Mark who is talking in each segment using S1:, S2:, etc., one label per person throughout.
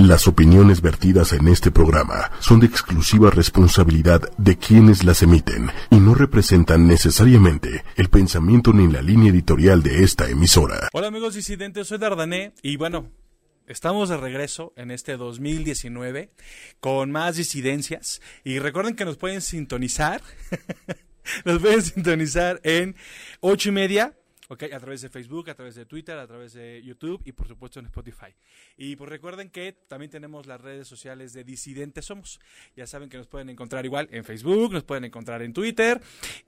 S1: Las opiniones vertidas en este programa son de exclusiva responsabilidad de quienes las emiten y no representan necesariamente el pensamiento ni la línea editorial de esta emisora.
S2: Hola amigos disidentes, soy Dardané y bueno, estamos de regreso en este 2019 con más disidencias y recuerden que nos pueden sintonizar, nos pueden sintonizar en ocho y media Okay, a través de Facebook, a través de Twitter, a través de YouTube y por supuesto en Spotify. Y pues recuerden que también tenemos las redes sociales de Disidentes Somos. Ya saben que nos pueden encontrar igual en Facebook, nos pueden encontrar en Twitter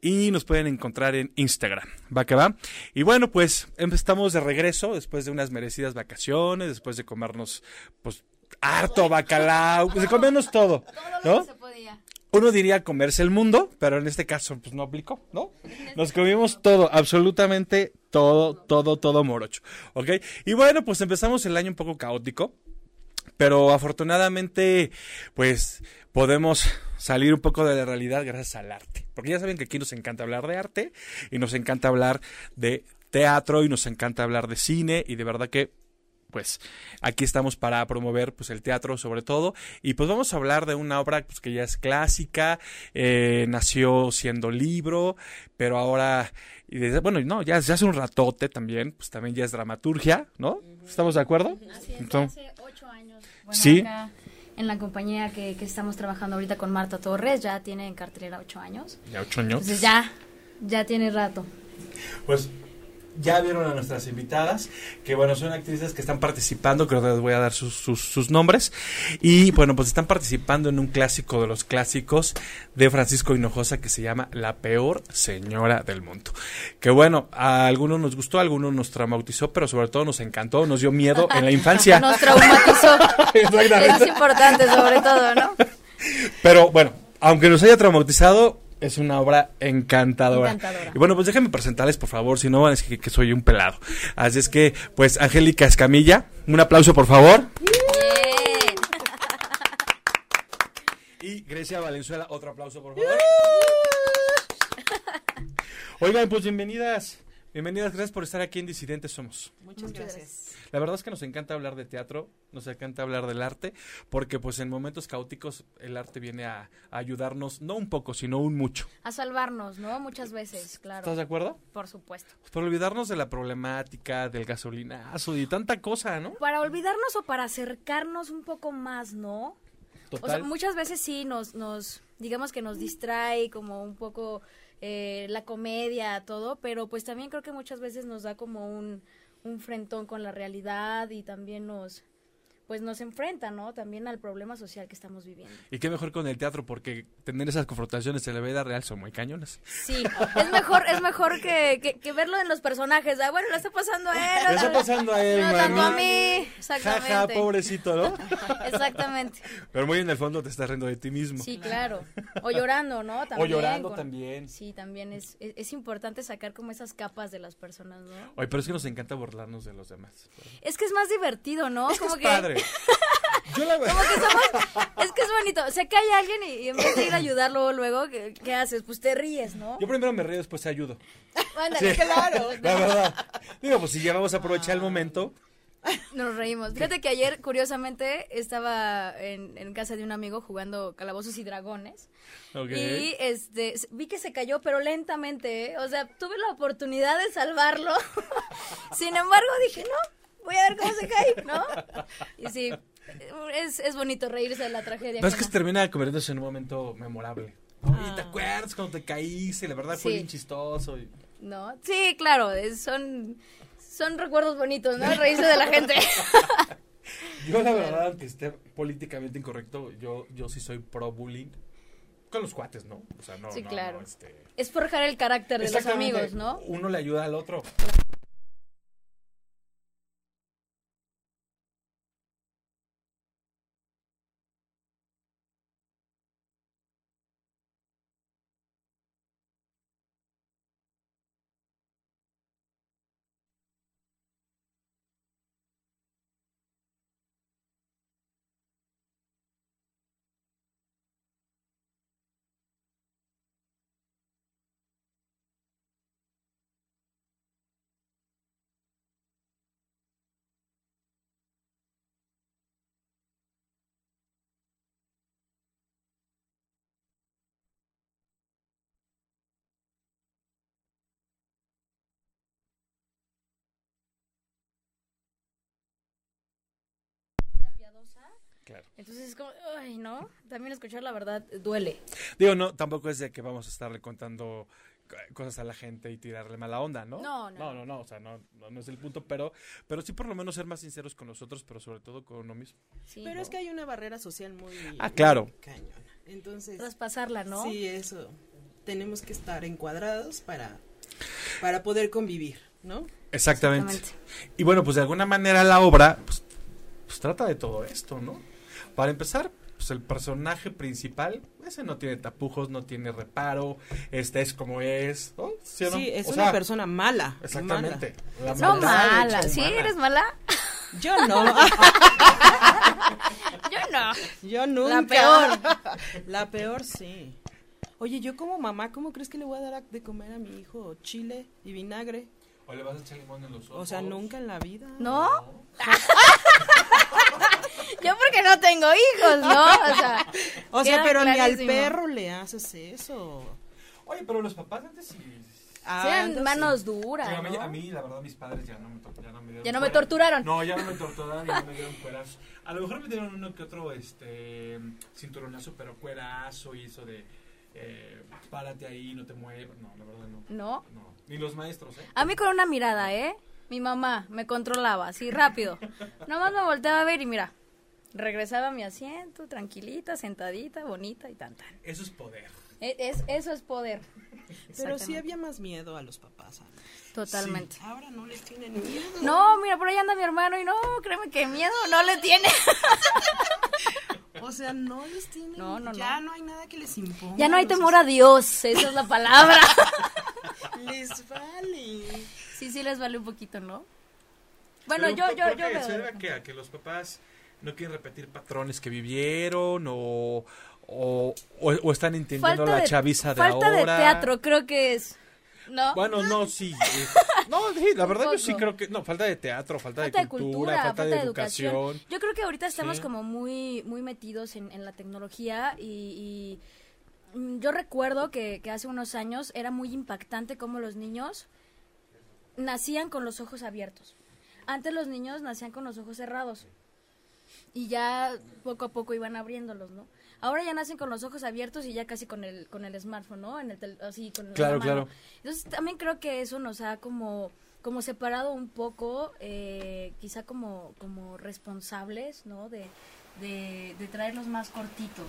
S2: y nos pueden encontrar en Instagram. Va que va. Y bueno, pues estamos de regreso después de unas merecidas vacaciones, después de comernos pues harto bacalao, de comernos todo, ¿no? Uno diría comerse el mundo, pero en este caso pues no aplicó, ¿no? Nos comimos todo, absolutamente todo, todo, todo morocho, ¿ok? Y bueno, pues empezamos el año un poco caótico, pero afortunadamente pues podemos salir un poco de la realidad gracias al arte, porque ya saben que aquí nos encanta hablar de arte y nos encanta hablar de teatro y nos encanta hablar de cine y de verdad que pues aquí estamos para promover pues el teatro sobre todo y pues vamos a hablar de una obra pues, que ya es clásica eh, nació siendo libro pero ahora y desde, bueno no ya, ya hace un ratote también pues también ya es dramaturgia no estamos de acuerdo
S3: Así es, hace ocho años. Bueno,
S2: Sí.
S3: acá en la compañía que, que estamos trabajando ahorita con Marta Torres, ya tiene en cartelera ocho años.
S2: ya ocho años
S3: Entonces ya, ya tiene rato.
S2: Pues ya vieron a nuestras invitadas, que bueno, son actrices que están participando, creo que les voy a dar sus, sus, sus nombres, y bueno, pues están participando en un clásico de los clásicos de Francisco Hinojosa que se llama La peor señora del mundo. Que bueno, a algunos nos gustó, a algunos nos traumatizó, pero sobre todo nos encantó, nos dio miedo en la infancia.
S3: Nos traumatizó.
S2: Exactamente.
S3: Eso es importante sobre todo, ¿no?
S2: Pero bueno, aunque nos haya traumatizado, es una obra encantadora.
S3: Encantadora.
S2: Y bueno, pues déjenme presentarles, por favor, si no van a decir que, que soy un pelado. Así es que, pues, Angélica Escamilla, un aplauso, por favor.
S3: Bien.
S2: Y Grecia Valenzuela, otro aplauso, por favor. Oigan, pues bienvenidas. Bienvenidas, gracias por estar aquí en Disidentes Somos.
S4: Muchas gracias.
S2: La verdad es que nos encanta hablar de teatro, nos encanta hablar del arte, porque pues en momentos caóticos el arte viene a, a ayudarnos, no un poco, sino un mucho.
S3: A salvarnos, ¿no? Muchas veces, claro.
S2: ¿Estás de acuerdo? Pues,
S3: Por supuesto.
S2: Por olvidarnos de la problemática, del gasolinazo y tanta cosa, ¿no?
S3: Para olvidarnos o para acercarnos un poco más, ¿no? O sea,
S2: Total.
S3: muchas veces sí nos, nos, digamos que nos distrae como un poco eh, la comedia, todo, pero pues también creo que muchas veces nos da como un, un frentón con la realidad y también nos, pues nos enfrenta, ¿no? También al problema social que estamos viviendo.
S2: Y qué mejor con el teatro, porque tener esas confrontaciones en la vida real son muy cañones.
S3: Sí, es mejor, es mejor que, que, que verlo en los personajes. Ah, bueno, lo está pasando a él.
S2: Le está pasando a él,
S3: No tanto a
S2: mami.
S3: mí.
S2: Jaja,
S3: Exactamente.
S2: pobrecito, ¿no?
S3: Exactamente.
S2: Pero muy en el fondo te estás riendo de ti mismo.
S3: Sí, claro. O llorando, ¿no? También,
S2: llorando
S3: con-
S2: también.
S3: Sí, también es, es, es importante sacar como esas capas de las personas, ¿no?
S2: Oye, pero es que nos encanta burlarnos de los demás.
S3: Es que es más divertido, ¿no?
S2: Es que
S3: como
S2: es padre. Yo la verdad.
S3: como que somos- es que es bonito. O sea, cae alguien y, y en vez de ir a ayudarlo luego, ¿qué, qué haces? Pues te ríes, ¿no?
S2: Yo primero me río, después te ayudo.
S3: Ándale,
S2: Sí. La verdad. Digo, pues si ya vamos a aprovechar el momento.
S3: Nos reímos. Fíjate que ayer, curiosamente, estaba en, en casa de un amigo jugando calabozos y dragones.
S2: Ok.
S3: Y este s- vi que se cayó, pero lentamente. ¿eh? O sea, tuve la oportunidad de salvarlo. Sin embargo, dije, no, voy a ver cómo se cae, ¿no? Y sí, es, es bonito reírse de la tragedia.
S2: Pero es que este se
S3: ajena.
S2: termina convirtiéndose en un momento memorable. Y te acuerdas cuando te caíste, la verdad fue
S3: Ah. Sí.
S2: bien chistoso. y-
S3: ¿No? Sí, claro, es- son, son recuerdos bonitos, ¿no? Reírse de la gente.
S2: Yo la verdad, aunque esté políticamente incorrecto, yo, yo sí soy pro bullying. Con los cuates, ¿no? O sea, no.
S3: Sí,
S2: no,
S3: claro.
S2: no, este-
S3: es forjar el carácter de los
S2: Exactamente,
S3: amigos, ¿no?
S2: Uno le ayuda al otro.
S3: cosa.
S2: Claro.
S3: Entonces es como, ay, ¿no? También escuchar la verdad duele.
S2: Digo, no, tampoco es de que vamos a estarle contando c- cosas a la gente y tirarle mala onda, ¿no?
S3: No, no.
S2: No, no, no, o sea, no, no, no es el punto, pero, pero sí por lo menos ser más sinceros con nosotros, pero sobre todo con uno mismo.
S3: Sí.
S5: Pero es que hay una barrera social muy.
S2: Ah, claro.
S5: Cañona. Entonces.
S3: traspasarla, ¿no?
S5: Sí, eso. Tenemos que estar encuadrados para, para poder convivir, ¿no?
S2: Exactamente.
S3: Exactamente.
S2: Y bueno, pues de alguna manera la obra pues, pues, trata de todo esto, ¿no? Para empezar, pues el personaje principal, ese no tiene tapujos, no tiene reparo, este es como es, ¿no? ¿Sí, o no?
S5: Sí, es
S2: O
S5: una
S2: sea,
S5: persona mala.
S2: Exactamente. La
S3: No
S2: maldad
S3: mala.
S2: hecha
S3: ¿Sí
S2: humana.
S3: eres mala?
S5: mala. Yo no.
S3: Yo no.
S5: Yo nunca.
S3: peor.
S5: La peor, sí. Oye, yo como mamá, ¿cómo crees que le voy a dar a- de comer a mi hijo chile y vinagre?
S2: O le vas a echar limón en los ojos.
S5: O sea, nunca en la vida.
S3: ¿No? Yo porque no tengo hijos, ¿no? O sea,
S5: O sea,
S3: queda
S5: pero ni al
S3: clarísimo.
S5: perro le haces eso. Ah,
S2: Oye, pero los papás antes sí.
S3: Sí eran
S5: Andas y-
S3: manos
S2: Digo,
S3: duras,
S2: a, mí,
S3: ¿no?
S2: a mí, la verdad, mis padres ya no me, tor- ya no me dieron
S3: Ya no me
S2: cuera.
S3: torturaron.
S2: No, ya no me torturaron y no me dieron cuerazo. A lo mejor me dieron uno que otro este, cinturonazo, pero cuerazo y eso de eh, párate ahí, no te muevas. No, la verdad no.
S3: ¿No?
S2: No. Ni los maestros, ¿eh?
S3: A mí con una mirada, ¿eh? Mi mamá me controlaba, así rápido. Nomás me volteaba a ver y mira, regresaba a mi asiento, tranquilita, sentadita, bonita y tan tan.
S2: Eso es poder.
S3: E- Es, eso es poder.
S5: Pero sí
S3: Exactamente.
S5: había más miedo a los papás. antes.
S3: Totalmente.
S5: Ahora no les tienen miedo.
S3: No, mira, por ahí anda mi hermano y no, créeme que miedo no le tiene.
S5: O sea, no les tienen
S3: No, no,
S5: Ya
S3: no.
S5: no pues hay nada que les imponga.
S3: Ya no hay
S5: los-
S3: temor a Dios, esa es la palabra.
S5: Les vale.
S3: Sí, sí les vale un poquito, ¿no? Bueno, yo, yo, yo
S2: que
S3: veo.
S2: se debe a que, a que los papás no quieren repetir patrones que vivieron o, o, o- o están entendiendo la chaviza de
S3: falta
S2: ahora.
S3: de teatro, creo que es. ¿No?
S2: Bueno, no, sí. eh, No, sí, la verdad yo sí
S3: poco.
S2: creo que... No, falta de teatro, falta,
S3: falta
S2: de cultura, falta, de educación.
S3: Yo creo que ahorita estamos
S2: Sí.
S3: como muy, muy metidos en, en la tecnología y, y, mm, yo recuerdo que, que hace unos años era muy impactante cómo los niños nacían con los ojos abiertos. Antes los niños nacían con los ojos cerrados y ya poco a poco iban abriéndolos, ¿no? Ahora ya nacen con los ojos abiertos y ya casi con el con el smartphone, ¿no? En el tel- así con la
S2: Claro,
S3: mano.
S2: claro.
S3: Entonces también creo que eso nos ha como como separado un poco, eh, quizá como como responsables, ¿no? De, de, de traerlos más cortitos.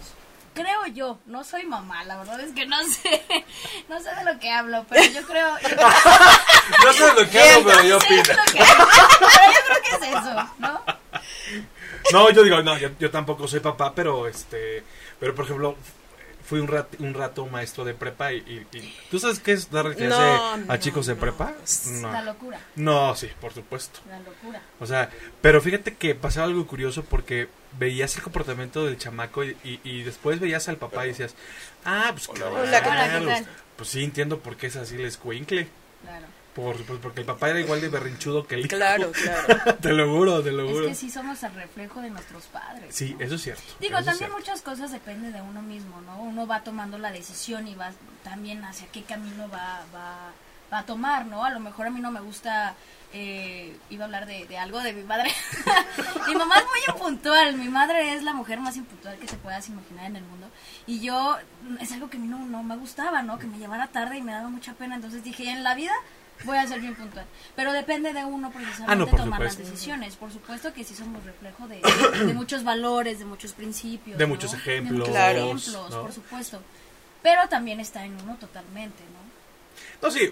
S3: Creo yo, no soy mamá, la verdad es que no sé, no sé de lo que hablo, pero yo creo, yo creo
S2: No sé lo que hago, pero yo
S3: sí, es lo que- pero yo creo que es eso, ¿no?
S2: No, yo digo, no, yo, yo tampoco soy papá, pero este... Pero, por ejemplo, fui un, rat- un rato maestro de prepa y... y- y- ¿Tú sabes qué es darle clase
S5: No,
S2: a
S5: no,
S2: chicos de
S5: no.
S2: prepa?
S3: La
S2: No.
S3: locura,
S2: No, sí, por supuesto.
S3: la locura.
S2: O sea, pero fíjate que pasaba algo curioso porque veías el comportamiento del chamaco y, y- y después veías al papá y decías, ah, pues claro,
S5: Hola, ¿qué
S3: tal?
S2: pues, pues sí entiendo por qué es así el escuincle.
S3: Claro.
S2: Por, pues, porque el papá era igual de berrinchudo que el hijo.
S5: Claro, claro.
S2: te lo juro, te lo
S3: Es
S2: juro.
S3: que sí somos el reflejo de nuestros padres.
S2: Sí,
S3: ¿no?
S2: eso es cierto.
S3: Digo,
S2: eso es
S3: también
S2: cierto.
S3: muchas cosas depende de uno mismo, ¿no? Uno va tomando la decisión y va también hacia qué camino va, va, va a tomar, ¿no? A lo mejor a mí no me gusta, eh, iba a hablar de, de algo de mi madre. mi mamá es muy impuntual, mi madre es la mujer más impuntual que te puedas imaginar en el mundo. Y yo, mm, es algo que a mí no, no me gustaba, ¿no? Que me llevara tarde y me daba mucha pena. Entonces dije, en la vida voy a ser bien puntual. Pero depende de uno precisamente
S2: Ah, no, por
S3: tomar las
S2: supuesto.
S3: decisiones. Por supuesto que sí somos reflejo de, de muchos valores, de muchos principios.
S2: De
S3: ¿no?
S2: muchos ejemplos,
S3: De muchos
S5: Claro.
S3: ejemplos,
S2: ¿no?
S3: por supuesto. Pero también está en uno totalmente, ¿no?
S2: No, sí,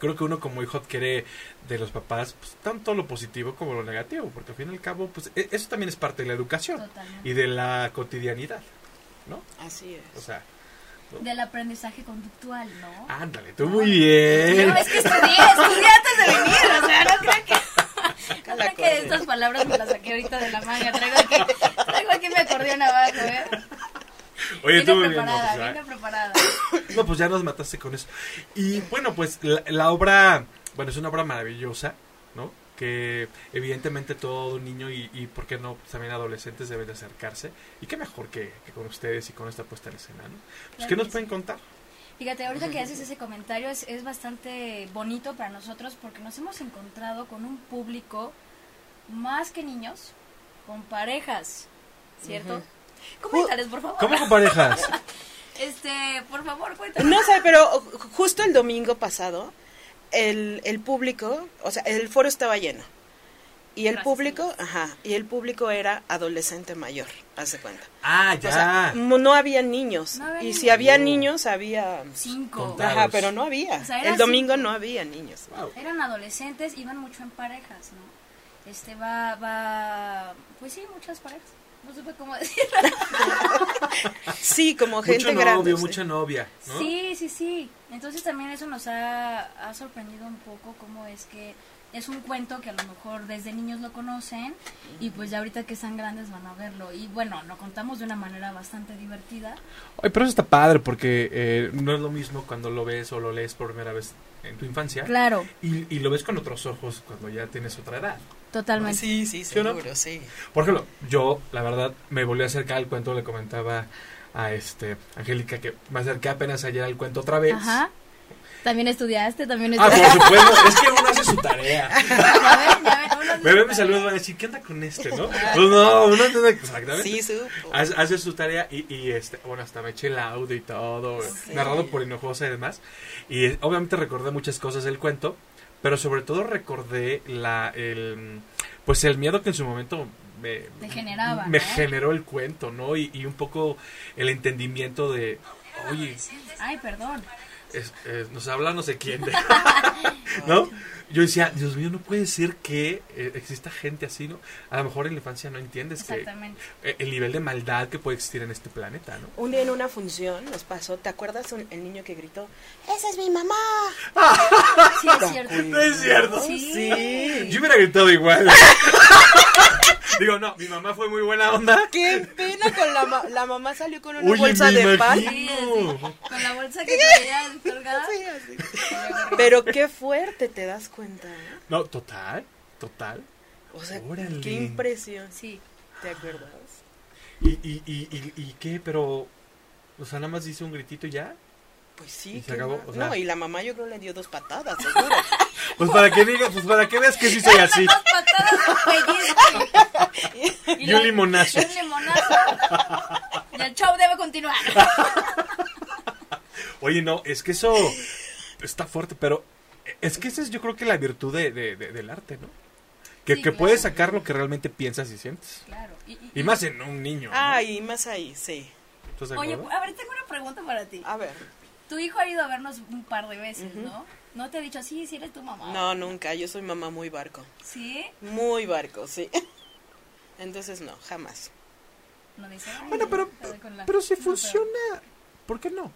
S2: creo que uno como hijo adquiere de los papás pues, tanto lo positivo como lo negativo, porque al fin y al cabo, pues e- eso también es parte de la educación
S3: Totalmente.
S2: y de la cotidianidad, ¿no?
S5: Así
S2: O
S5: es.
S2: sea,
S3: Del aprendizaje conductual, ¿no?
S2: ándale, tú muy bien.
S3: No, es que estudié, estudié antes de venir, o sea, no creo que... No
S5: la
S3: creo que
S5: corre.
S3: estas palabras me las saqué ahorita de la manga, traigo aquí, traigo aquí mi acordeón abajo, ¿eh?
S2: Oye, tú
S3: vine
S2: muy bien. no,
S3: preparada,
S2: pues, ah,
S3: vine preparada.
S2: No, pues ya nos mataste con eso. Y bueno, pues la, la obra, bueno, es una obra maravillosa, ¿no? Que evidentemente todo niño y, y por qué no, Pues, también adolescentes deben de acercarse. Y qué mejor que, que con ustedes y con esta puesta en escena, ¿no? Pues,
S3: Claro
S2: ¿Qué
S3: que
S2: nos
S3: sí.
S2: pueden contar?
S3: Fíjate, ahorita que haces ese comentario es, es bastante bonito para nosotros porque nos hemos encontrado con un público más que niños, con parejas, ¿cierto? Coméntales, por favor.
S6: ¿Cómo con parejas?
S3: Este, por favor, cuéntanos.
S5: No sé, pero ju- justo el domingo pasado, el, el público, o sea, el foro estaba lleno. Y el
S3: Gracias,
S5: público, ajá, y el público era adolescente mayor, hace cuenta.
S6: Ah,
S5: O sea,
S6: ya.
S5: mo- no había niños.
S3: No había
S5: y
S3: niños.
S5: si había niños, había...
S3: Cinco.
S6: Contar.
S5: Ajá, pero no había.
S3: O sea, era
S5: el domingo
S3: cinco.
S5: no había niños.
S6: Wow.
S3: Eran adolescentes, iban mucho en parejas, ¿no? Este, va, va, pues sí, muchas parejas. No supe cómo decirlo.
S5: Sí, como gente
S2: Mucho novio,
S5: grande. sí.
S2: mucha novia, ¿no?
S3: Sí, sí, sí. Entonces también eso nos ha, ha sorprendido un poco cómo es que es un cuento que a lo mejor desde niños lo conocen y pues ya ahorita que están grandes van a verlo. Y bueno, lo contamos de una manera bastante divertida.
S2: Ay, pero eso está padre porque eh, no es lo mismo cuando lo ves o lo lees por primera vez en tu infancia.
S3: Claro,
S2: Y, y lo ves con otros ojos cuando ya tienes otra edad.
S3: totalmente.
S5: Sí, sí,
S2: ¿Sí o no?
S5: seguro, sí.
S2: Por ejemplo, yo, la verdad, me volví a acercar al cuento, le comentaba a este Angélica que me acerqué apenas ayer al cuento otra vez.
S3: Ajá. También estudiaste, también
S2: pues. Ah,
S3: estudiaste.
S2: por supuesto, es que uno hace su tarea.
S3: ya ven, ya ven, uno hace
S2: Me ven
S3: su
S2: mis
S3: tarea.
S2: saludos van a decir, ¿qué anda con este, no? Pues no, uno entiende exactamente.
S5: Sí, supo.
S2: Hace, hace su tarea y, y, este, bueno, hasta me eché el audio y todo,
S5: Sí.
S2: narrado por Hinojosa y demás. Y eh, obviamente recordé muchas cosas del cuento, pero sobre todo recordé la, el, pues el miedo que en su momento me,
S3: Te generaba,
S2: me
S3: ¿no?
S2: generó el cuento, ¿no? Y, y un poco el entendimiento de, oye,
S3: Ay, perdón.
S2: es- eh, nos habla no sé quién, de- ¿no? Yo decía, Dios mío, no puede ser que eh, exista gente así, ¿no? A lo mejor en la infancia no entiendes que
S3: Exactamente.
S2: eh, el nivel de maldad que puede existir en este planeta, ¿no?
S5: Un día en una función nos pasó, ¿te acuerdas un- el niño que gritó? ¡Esa es mi mamá!
S3: Sí, es cierto.
S2: No es cierto.
S3: Sí.
S2: Yo hubiera gritado igual. Digo, no, mi mamá fue muy buena onda.
S5: ¡Qué pena con la, ma- la mamá! Salió con una
S2: Oye,
S5: bolsa
S2: me
S5: de pan.
S2: imagino.
S3: Sí, así, Con la bolsa que traía colgada.
S5: Sí, así. Pero qué fuerte, ¿te das cuenta? eh?
S2: No, total, total.
S5: O sea,
S2: Órale.
S5: qué impresión.
S3: Sí.
S5: ¿Te acuerdas?
S2: ¿Y, y, y, y, y qué? Pero, o sea, nada más dice un gritito y ya.
S5: Pues sí.
S2: Y se
S5: qué
S2: acabó,
S5: mal.
S2: o sea-
S5: no, y la mamá yo creo le dio dos patadas, seguro.
S2: Pues para que digas, pues para que veas que sí soy así. Y un limonazo.
S3: Y un limonazo. Y el show debe continuar.
S2: Oye, no, es que eso está fuerte, pero es que esa es yo creo que la virtud de, de- de- del arte, ¿no? Que,
S3: Sí,
S2: que
S3: claro.
S2: puedes sacar lo que realmente piensas y sientes.
S3: Claro. Y, y-
S2: Y más en un niño. ¿no?
S5: Ay, Ah, más ahí, sí.
S2: ¿Estás de
S3: Oye, pues,
S2: acuerdo?
S3: a ver, tengo una pregunta para ti.
S5: A ver.
S3: Tu hijo ha ido a vernos un par de veces, ¿no? No te ha dicho, sí, sí eres tu mamá.
S5: No, nunca. Yo soy mamá muy barco.
S3: ¿Sí?
S5: Muy barco, sí. Entonces no, jamás.
S3: No dice. "Ay,
S2: Bueno, pero,
S3: te doy con la-".
S2: pero si
S3: No,
S2: funciona, ¿por qué no?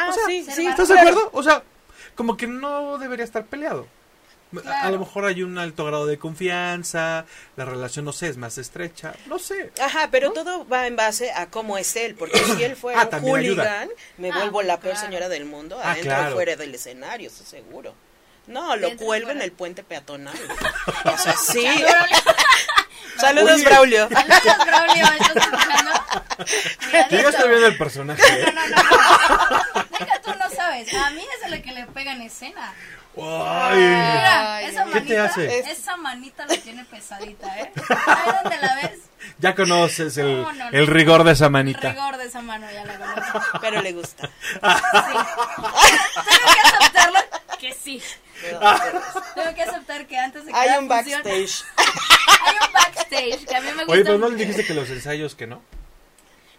S5: Ah,
S2: O sea,
S5: sí,
S3: ser
S5: sí.
S3: barco.
S2: ¿Estás de
S5: claro.
S2: acuerdo? O sea, como que no debería estar peleado. A- A,
S3: Claro.
S2: lo mejor hay un alto grado de confianza, la relación, no sé, es más estrecha, no sé.
S5: Ajá, pero todo va en base a cómo es él, porque si él fuera
S2: Ah,
S5: un
S2: también ayuda.
S5: hooligan, me
S3: Ah,
S5: vuelvo la peor
S3: claro.
S5: señora del mundo,
S2: Ah,
S5: adentro
S2: claro.
S5: o fuera del escenario, eso seguro. No, lo
S3: Dentro,
S5: cuelgo
S3: fuera.
S5: en el puente peatonal. O sea, sí. Saludos,
S2: Oye.
S5: Braulio.
S3: Saludos, Braulio, ¿estás escuchando? Cuidadito.
S2: Llegaste bien el personaje. ¿eh?
S3: No, no, no. Deja tú, no sabes. A mí es a la que le pega en escena.
S2: Ay.
S3: Mira,
S5: Ay,
S3: esa
S5: ¿qué
S3: manita,
S2: te hace?
S3: Esa manita la tiene pesadita, ¿eh? Ahí donde la ves,
S2: Ya conoces el,
S3: No, no, no.
S2: el rigor de esa manita.
S3: rigor de esa mano ya la conozco.
S5: Pero le gusta.
S3: Tengo que aceptarlo que sí.
S2: Ah.
S3: Tengo que aceptar que antes de
S5: Hay
S3: cada
S5: un
S3: función-
S5: backstage.
S3: Hay un backstage que a mí me gusta.
S2: Oye, pero no le
S3: mucho.
S2: dijiste que los ensayos que no.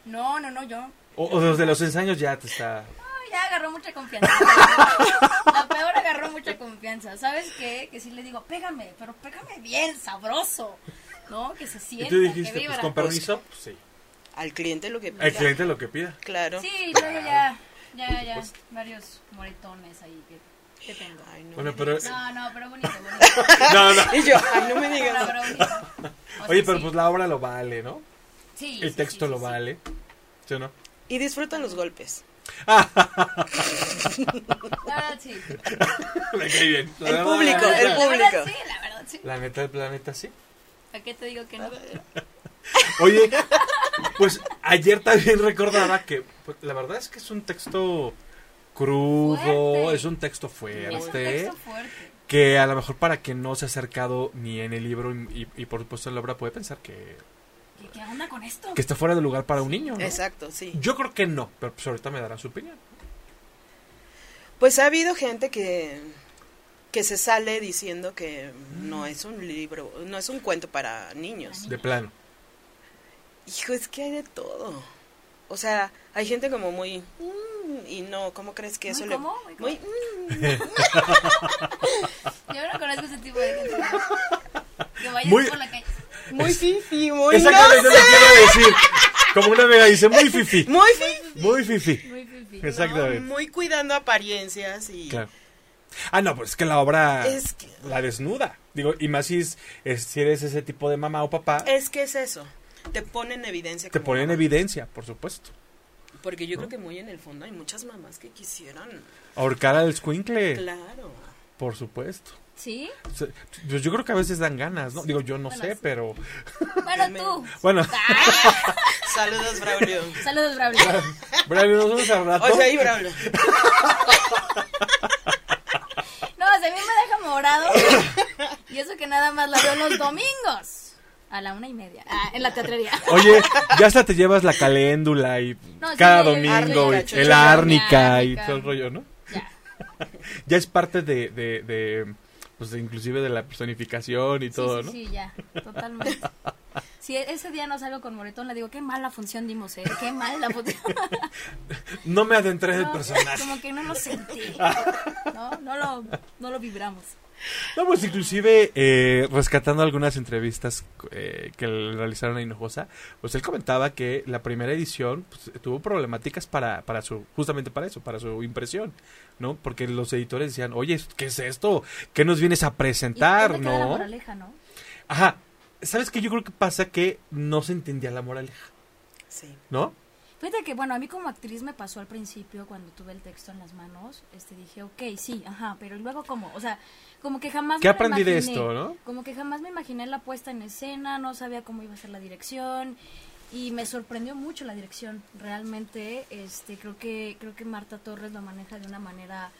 S3: No, no, no, yo. No,
S2: O, o los de los ensayos ya te está.
S3: ya agarró mucha confianza. La peor agarró mucha confianza. ¿Sabes qué? Que sí le digo, pégame, pero pégame bien, sabroso. ¿No? Que se
S2: Y
S3: sienta,
S2: tú
S3: que
S2: dijiste,
S3: vibra.
S2: pues con permiso, pues, sí.
S5: Al cliente lo que
S2: El
S5: pida.
S2: cliente lo que pida.
S5: Claro.
S3: Sí, luego ya, ya, ya,
S5: Pues-
S3: varios moretones ahí que, que tengo.
S5: Ay, no.
S2: Bueno, pero.
S3: No, no, pero bonito, bonito.
S2: No, no.
S5: Y yo, ay, Pues no me
S3: No,
S5: digas.
S3: pero bonito. O
S2: Oye,
S3: sea,
S2: pero
S3: sí.
S2: pues la obra lo vale, ¿no?
S3: Sí, sí,
S2: El
S3: sí,
S2: texto
S3: sí,
S2: lo
S3: sí.
S2: vale. ¿Sí o no?
S5: Y disfrutan los golpes.
S3: La verdad, sí.
S2: Me cae bien.
S5: El público,
S3: La
S5: el
S3: verdad,
S5: público.
S3: sí, la verdad, sí.
S2: La neta del planeta, sí.
S3: ¿A qué te digo que no?
S5: Este-
S2: Oye, pues ayer también recordaba que pues, la verdad es que es un texto crudo,
S3: Fuerte.
S2: es un texto fuerte.
S3: Es un Este texto fuerte.
S2: que a lo mejor para que no se ha acercado ni en el libro y, y- y por supuesto en la obra puede pensar que,
S3: ¿Qué, qué onda con esto?
S2: que está fuera de lugar para un niño. ¿no?
S5: Exacto, sí.
S2: Yo creo que no, pero pues ahorita me darán su opinión.
S5: Pues ha habido gente que, que se sale diciendo que no es un libro, no es un cuento para niños.
S2: De plano.
S5: Hijo, es que hay de todo. O sea, hay gente como muy... "Mm", y no, ¿cómo crees que eso
S3: Muy
S5: le...
S3: cómo, muy
S5: muy,
S3: cómo.
S5: "Mm".
S3: Yo no conozco ese tipo de gente. Que vayas
S2: Muy-
S3: por la calle.
S5: Muy fifi,
S3: Pues
S5: muy...
S2: Exactamente lo que quiero decir. Como una amiga dice, muy fifi.
S5: Muy fifi.
S2: Muy fifi.
S3: Muy fifi.
S2: Exactamente.
S5: Muy cuidando apariencias y...
S2: Claro. Ah, no, pues es que la obra
S5: Es que-
S2: la desnuda. Digo, y más si, es- es- si eres ese tipo de mamá o papá,
S5: Es que es eso. Te pone en evidencia.
S2: te
S5: como
S2: ponen en
S5: mamá.
S2: evidencia, por supuesto.
S5: Porque yo creo que muy en el fondo hay muchas mamás que quisieran.
S2: Ahorcar al escuincle,
S5: Claro.
S2: por supuesto.
S3: ¿Sí?
S2: O sea, pues yo creo que a veces dan ganas, ¿no? Digo, yo no
S3: Bueno,
S2: sé,
S3: sí.
S2: pero...
S3: Bueno, tú. Ah,
S2: Bueno,
S5: Saludos, Braulio.
S3: Saludos, Braulio.
S2: Braulio, nos vemos al rato.
S5: O sea, y Braulio.
S3: No, si a mí me deja morado. Y eso que nada más la veo los domingos. A la una y media. Ah, en la teatrería.
S2: Oye, ya hasta te llevas la caléndula y
S3: No, sí,
S2: cada
S3: el- el
S2: domingo,
S5: árnica,
S2: y el
S5: chuchona.
S2: árnica y
S3: Árnica.
S2: todo el rollo, ¿no?
S3: Ya.
S2: Ya es parte de, de, de, pues, de inclusive de la personificación y
S3: Sí,
S2: todo,
S3: sí,
S2: ¿no?
S3: sí, ya. Totalmente. Si e- ese día no salgo con Moretón, le digo, qué mala función dimos, ¿eh? Qué mala función.
S2: No me adentré en el
S3: No,
S2: personaje. Ah.
S3: Como que no lo sentí. No, no lo, no lo vibramos.
S2: No, pues inclusive eh, rescatando algunas entrevistas eh, que le realizaron a Hinojosa, pues él comentaba que la primera edición pues, tuvo problemáticas para, para su, justamente para eso, para su impresión, ¿no? Porque los editores decían, oye, ¿qué es esto? ¿Qué nos vienes a
S3: ¿Y dónde
S2: presentar,
S3: queda la
S2: no?
S3: moraleja, no?
S2: Ajá, ¿sabes qué? Yo creo que pasa que no se entendía la moraleja,
S5: Sí.
S2: ¿no?
S3: Fíjate que, bueno, a mí como actriz me pasó al principio cuando tuve el texto en las manos, este, dije, ok, sí, ajá, pero luego como, o sea, como que jamás...
S2: ¿Qué
S3: me lo
S2: aprendí de
S3: imaginé.
S2: esto, no?
S3: Como que jamás me imaginé la puesta en escena, no sabía cómo iba a ser la dirección y me sorprendió mucho la dirección, realmente, este, creo que, creo que Marta Torres lo maneja de una manera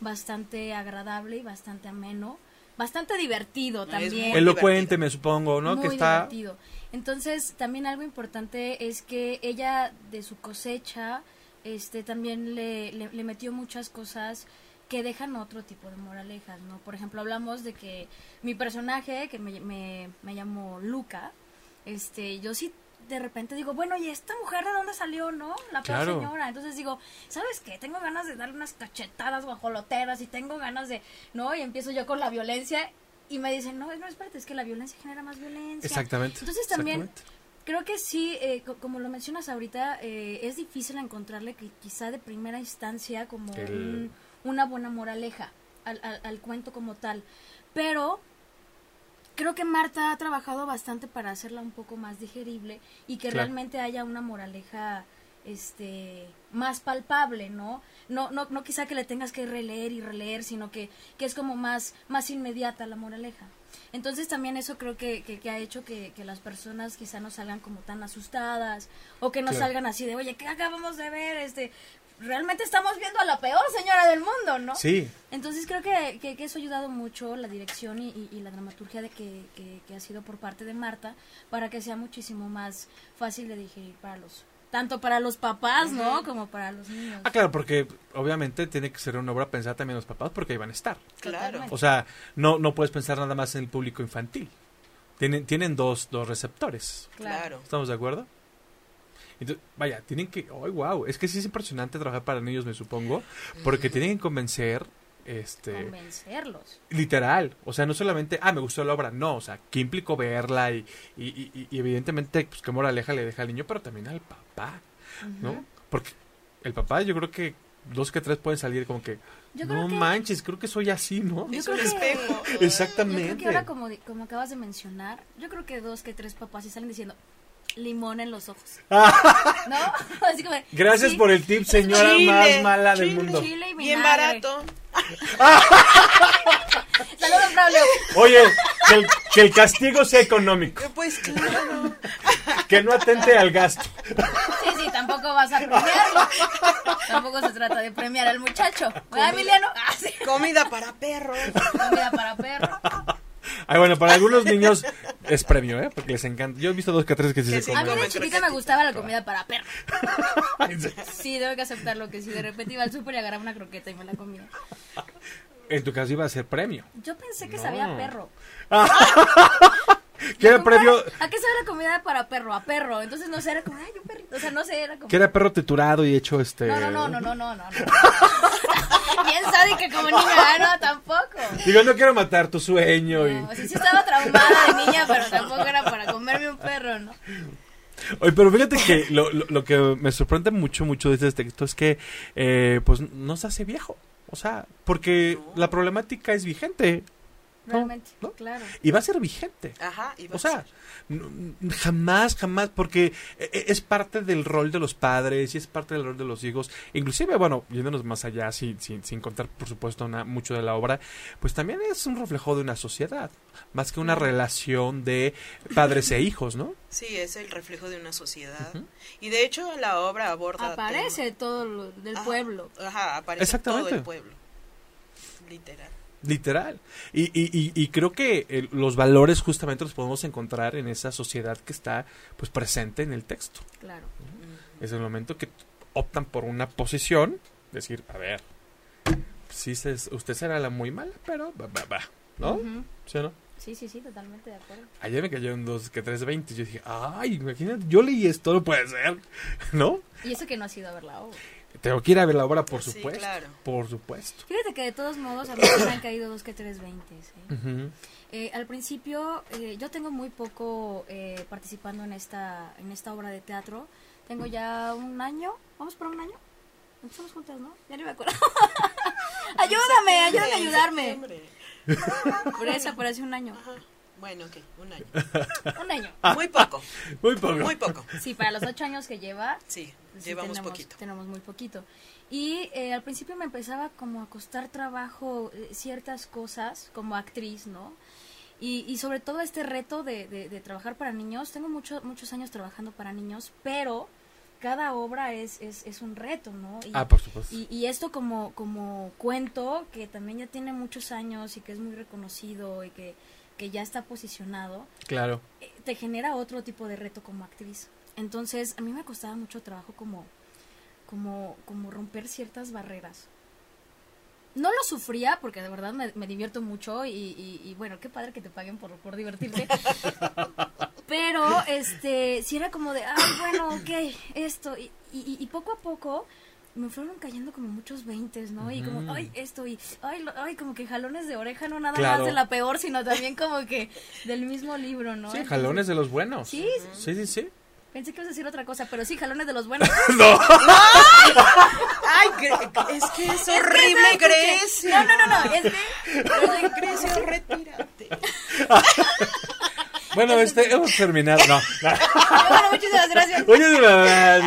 S3: bastante agradable y bastante ameno, bastante divertido
S5: Es
S3: también.
S5: muy
S2: Elocuente,
S5: divertido.
S2: me supongo, ¿no?
S3: Muy
S2: que está...
S3: divertido. Entonces, también algo importante es que ella de su cosecha este también le, le- le metió muchas cosas que dejan otro tipo de moralejas, ¿no? Por ejemplo, hablamos de que mi personaje, que me, me, me llamó Luca, este, yo sí de repente digo, bueno, ¿y esta mujer de dónde salió, no? La peor
S2: Claro.
S3: señora. Entonces digo, ¿sabes qué? Tengo ganas de darle unas cachetadas guajoloteras y tengo ganas de, ¿no? Y empiezo yo con la violencia y me dicen, no, no, espérate, es que la violencia genera más violencia.
S2: Exactamente.
S3: Entonces también
S2: exactamente.
S3: Creo que sí, eh, co- como lo mencionas ahorita, eh, es difícil encontrarle que quizá de primera instancia como
S2: El-
S3: un- una buena moraleja al, al- al cuento como tal. Pero creo que Marta ha trabajado bastante para hacerla un poco más digerible y que
S2: Claro.
S3: realmente haya una moraleja este más palpable, ¿no? No, no, no quizá que le tengas que releer y releer, sino que, que es como más, más inmediata la moraleja. Entonces también eso creo que, que, que ha hecho que, que las personas quizá no salgan como tan asustadas o que no
S2: Claro.
S3: salgan así de, oye, ¿qué acabamos de ver? Este, realmente estamos viendo a la peor señora del mundo, ¿no?
S2: Sí,
S3: Entonces creo que, que- que eso ha ayudado mucho la dirección y, y- y la dramaturgia de que, que- que ha sido por parte de Marta para que sea muchísimo más fácil de digerir para los, tanto para los papás, ¿no? Como para los niños.
S2: Ah, claro, porque obviamente tiene que ser una obra pensada también en los papás porque ahí van a estar.
S5: Claro.
S2: O sea, no, no puedes pensar nada más en el público infantil. Tienen, tienen dos, dos receptores.
S5: Claro.
S2: ¿Estamos de acuerdo? Entonces, vaya, tienen que... ¡Ay, wow! Es que sí es impresionante trabajar para niños, me supongo, porque tienen que convencer, este...
S3: Convencerlos.
S2: Literal, o sea, no solamente, ah, me gustó la obra, no, o sea, que implicó verla y, y, y- y evidentemente, pues qué moraleja le deja al niño, pero también al papá, ¿no? Porque el papá yo creo que dos que tres pueden salir como que,
S3: Yo creo
S2: no
S3: que-
S2: manches, creo que soy así, ¿no?
S3: Yo
S5: es
S3: creo
S5: un
S3: que-
S5: espejo.
S3: Yo creo
S2: Exactamente.
S3: que ahora, como, di- como acabas de mencionar, yo creo que dos que tres papás sí salen diciendo limón en los ojos. ¿No? Así como,
S2: Gracias
S3: sí,
S2: por el tip, señora
S5: Chile,
S2: más mala del
S5: chile,
S2: mundo.
S3: Chile y vinagre.
S5: Bien barato.
S3: Saludos, Braulio.
S2: Oye, que el, que el castigo sea económico,
S5: Eh, Pues claro.
S2: que no atente al gasto.
S3: Sí, sí, tampoco vas a premiarlo. tampoco se trata de premiar al muchacho. ¿Verdad, Emiliano? Ah, sí.
S5: Comida para perros.
S3: Comida para perro.
S2: Ay, bueno, para algunos niños es premio, ¿eh? Porque les encanta. Yo he visto dos que tres que sí
S5: Que
S2: se
S5: sí.
S3: A mí
S2: comen.
S3: de
S5: Comen
S3: chiquita me gustaba la comida para perro. Sí, tengo que aceptarlo que si de repente iba al súper y agarraba una croqueta y me la comía.
S2: En tu caso iba a ser premio.
S3: Yo pensé que
S2: No.
S3: sabía a perro.
S2: ¿Qué era
S3: Como,
S2: premio?
S3: "Ay, ¿A qué sabe la comida para perro? A perro. Entonces no sé, era como, ay, un perrito. O sea, no sé, era como.
S2: Que era perro triturado y hecho este.
S3: No, no, no, no, no, no, no. no. Bien sabe que como niña, ah, no, tampoco.
S2: Digo, no quiero matar tu sueño. y-
S3: No, o sea, sí estaba traumada de niña, pero tampoco era para comerme un perro, ¿no?
S2: Oye, pero fíjate que lo, lo- lo que me sorprende mucho, mucho de este texto es que, eh, pues, no se hace viejo. O sea, porque la problemática es vigente
S3: Realmente,
S2: no.
S3: claro.
S2: y va a ser vigente.
S5: Ajá, y va
S2: O
S5: a
S2: sea,
S5: ser.
S2: n- n- jamás, jamás, porque e- e- es parte del rol de los padres y es parte del rol de los hijos. Inclusive, bueno, yéndonos más allá, sin, sin, sin contar, por supuesto, una- mucho de la obra, pues también es un reflejo de una sociedad, más que una relación de padres e hijos, ¿no?
S5: Sí, es el reflejo de una sociedad. Y de hecho la obra aborda...
S3: Aparece todo lo del
S5: Ajá.
S3: pueblo.
S5: temas- Ajá, aparece todo
S2: Exactamente.
S5: el pueblo. Literal.
S2: Literal. Y, y, y, y creo que eh, los valores justamente los podemos encontrar en esa sociedad que está pues presente en el texto.
S3: Claro.
S2: Es el momento que optan por una posición, decir, a ver, sí, se- usted será la muy mala, pero va, va, va, ¿no?
S3: Ujú.
S2: ¿Sí o no?
S3: Sí, sí, sí, totalmente de acuerdo.
S2: Ayer me cayeron dos que tres veinte. Yo dije, ay, imagínate, yo leí esto, no puede ser, ¿no?
S3: Y eso que no ha sido a ver la obra.
S2: Tengo que ir a ver la obra, por
S5: Sí,
S2: supuesto.
S5: claro.
S2: Por supuesto.
S3: Fíjate que de todos modos a mí me han caído dos que tres veintes. ¿eh?
S2: Ujú.
S3: Eh, al principio eh, yo tengo muy poco eh, participando en esta, en esta obra de teatro. Tengo ya un año. ¿Vamos por un año? Estamos juntas, ¿no? Ya ni me acuerdo. ayúdame, ayúdame a
S5: En
S3: ayudarme.
S5: septiembre.
S3: Por eso, por hace un año.
S5: Ajá. Bueno, ok, un año.
S3: Un año.
S5: Muy poco,
S2: Muy Ah, poco.
S5: muy poco.
S3: Sí, para los ocho años que lleva,
S5: Sí,
S3: sí
S5: llevamos
S3: tenemos,
S5: poquito.
S3: Tenemos muy poquito. Y eh, al principio me empezaba como a costar trabajo eh, ciertas cosas como actriz, ¿no? Y, y sobre todo este reto de, de- de trabajar para niños. Tengo mucho- muchos años trabajando para niños, pero cada obra es, es, es un reto, ¿no? Y-
S2: Ah, por supuesto.
S3: y, y esto como, como cuento, que también ya tiene muchos años y que es muy reconocido y que, que ya está posicionado,
S2: Claro.
S3: eh, te genera otro tipo de reto como actriz. Entonces, a mí me costaba mucho trabajo como, como, como romper ciertas barreras. No lo sufría porque de verdad me, me divierto mucho y, y- y, bueno, qué padre que te paguen por, por divertirte. Pero, este, si era como de, ay, bueno, ok, esto. Y, y- y poco a poco me fueron cayendo como muchos veintes, ¿no? Y como,
S2: Ujú.
S3: ay, esto, y, ay, lo- ay, como que jalones de oreja, no nada
S2: Claro.
S3: más de la peor, sino también como que del mismo libro, ¿no?
S2: Sí,
S3: Entonces,
S2: jalones de los buenos.
S3: Sí,
S2: Sí, sí, sí.
S3: pensé que ibas a decir otra cosa, pero sí, jalones de los buenos.
S5: Ay, Gre- es que
S3: Es
S5: es horrible,
S3: que, ¿sabes
S5: Grecia.
S3: qué? No, no, no, no, es que...
S5: Ay, Grecia, retírate.
S2: Bueno, este, hemos terminado. No.
S3: Ay, Ah, bueno, muchísimas gracias.
S2: Oye, de verdad.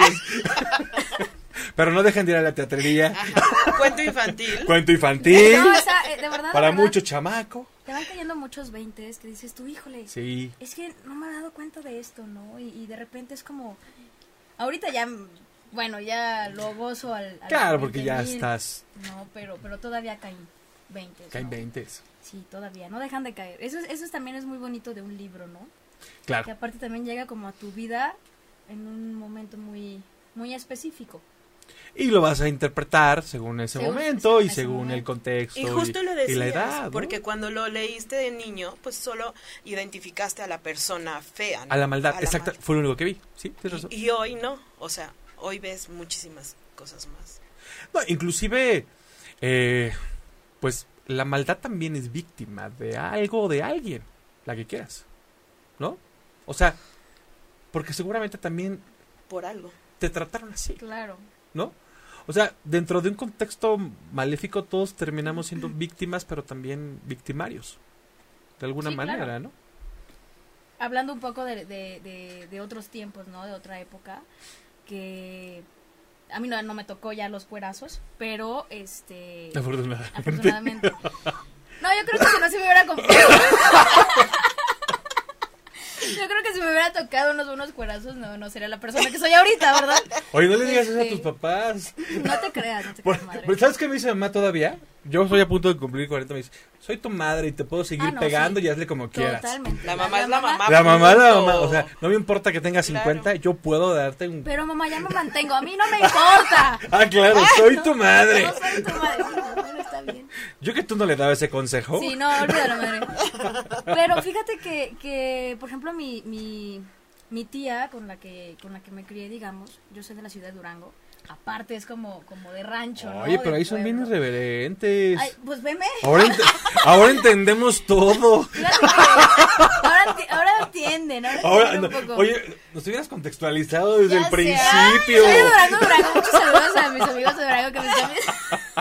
S2: Pero no dejen de ir a la teatrería.
S5: Cuento infantil.
S2: Cuento infantil.
S3: No, o sea, eh, de verdad,
S2: Para
S3: de verdad,
S2: mucho chamaco.
S3: Te van cayendo muchos veintes que dices tú, híjole,
S2: Sí.
S3: es que no me había dado cuenta de esto, ¿no? Y, y de repente es como... Ahorita ya, bueno, ya lo gozo al... al
S2: Claro, porque ya
S3: 20,000.
S2: estás.
S3: No, pero, pero todavía caen veintes.
S2: Caen
S3: ¿no?
S2: 20.
S3: Sí, todavía, no dejan de caer. Eso, es- eso es- también es muy bonito de un libro, ¿no? que
S2: Claro.
S3: aparte también llega como a tu vida en un momento muy muy específico.
S2: Y lo vas a interpretar según ese
S3: Según-
S2: momento y
S3: ese
S2: según el
S3: momento.
S2: contexto.
S5: Y justo lo
S2: y
S5: decías,
S2: la edad. ¿no?
S5: porque cuando lo leíste de niño, pues solo identificaste a la persona fea. ¿no?
S2: A la maldad.
S5: A la
S2: Exacto.
S5: maldad.
S2: Fue lo único que vi. Sí, tienes razón.
S5: Y, y hoy no, o sea, hoy ves muchísimas cosas más.
S2: No, inclusive, eh, pues la maldad también es víctima de algo o de alguien, la que quieras, ¿no? O sea, porque seguramente también
S5: Por algo.
S2: te trataron así,
S3: Claro.
S2: ¿no? O sea, dentro de un contexto maléfico todos terminamos siendo víctimas, pero también victimarios, de alguna
S3: Sí, claro.
S2: manera, ¿no?
S3: Hablando un poco de, de- de- de otros tiempos, ¿no? De otra época, que a mí no, no me tocó ya los cuerazos, pero este...
S2: Afortunadamente.
S3: Afortunadamente. No, yo creo que si no se me hubiera confundido. Yo creo que si me hubiera tocado unos buenos cuerazos, no, no sería la persona que soy ahorita, ¿verdad?
S2: Oye, no le digas eso a
S3: Sí.
S2: tus papás.
S3: No te creas, no te
S2: Por-
S3: creas, madre.
S2: por- ¿Sabes qué me dice mamá todavía? Yo estoy a punto de cumplir 40. Me dice, soy tu madre y te puedo seguir
S3: Ah, no,
S2: pegando
S3: sí.
S2: y hazle como quieras.
S3: Totalmente. Ah,
S5: La mamá es la mamá.
S2: La mamá, la
S5: Punto.
S2: mamá. O sea, no me importa que tengas
S5: Claro.
S2: 50, yo puedo darte un.
S3: Pero mamá, ya me mantengo. A mí no me importa.
S2: Ah, claro, soy tu madre.
S3: No soy tu madre. Sí, bueno, está bien.
S2: Yo que tú no le daba ese consejo.
S3: Sí, no, olvídalo, madre. Pero fíjate que, que por ejemplo, mi, mi, mi tía con la que con la que me crié, digamos, yo soy de la ciudad de Durango. Aparte es como, como de rancho, ¿no?
S2: Oye,
S3: De
S2: pero ahí son Oh. bien
S3: pueblo.
S2: irreverentes.
S3: Ay, pues veme.
S2: Ahora, ent- ahora entendemos todo.
S3: Fíjate que ahora, enti- ahora entienden, ahora,
S2: Ahora,
S3: entienden
S2: no,
S3: un poco.
S2: oye, nos hubieras contextualizado desde
S3: Ya
S2: el
S3: sé.
S2: principio.
S3: Soy de Durango, Durango. Muchos saludos a mis amigos de Durango que me están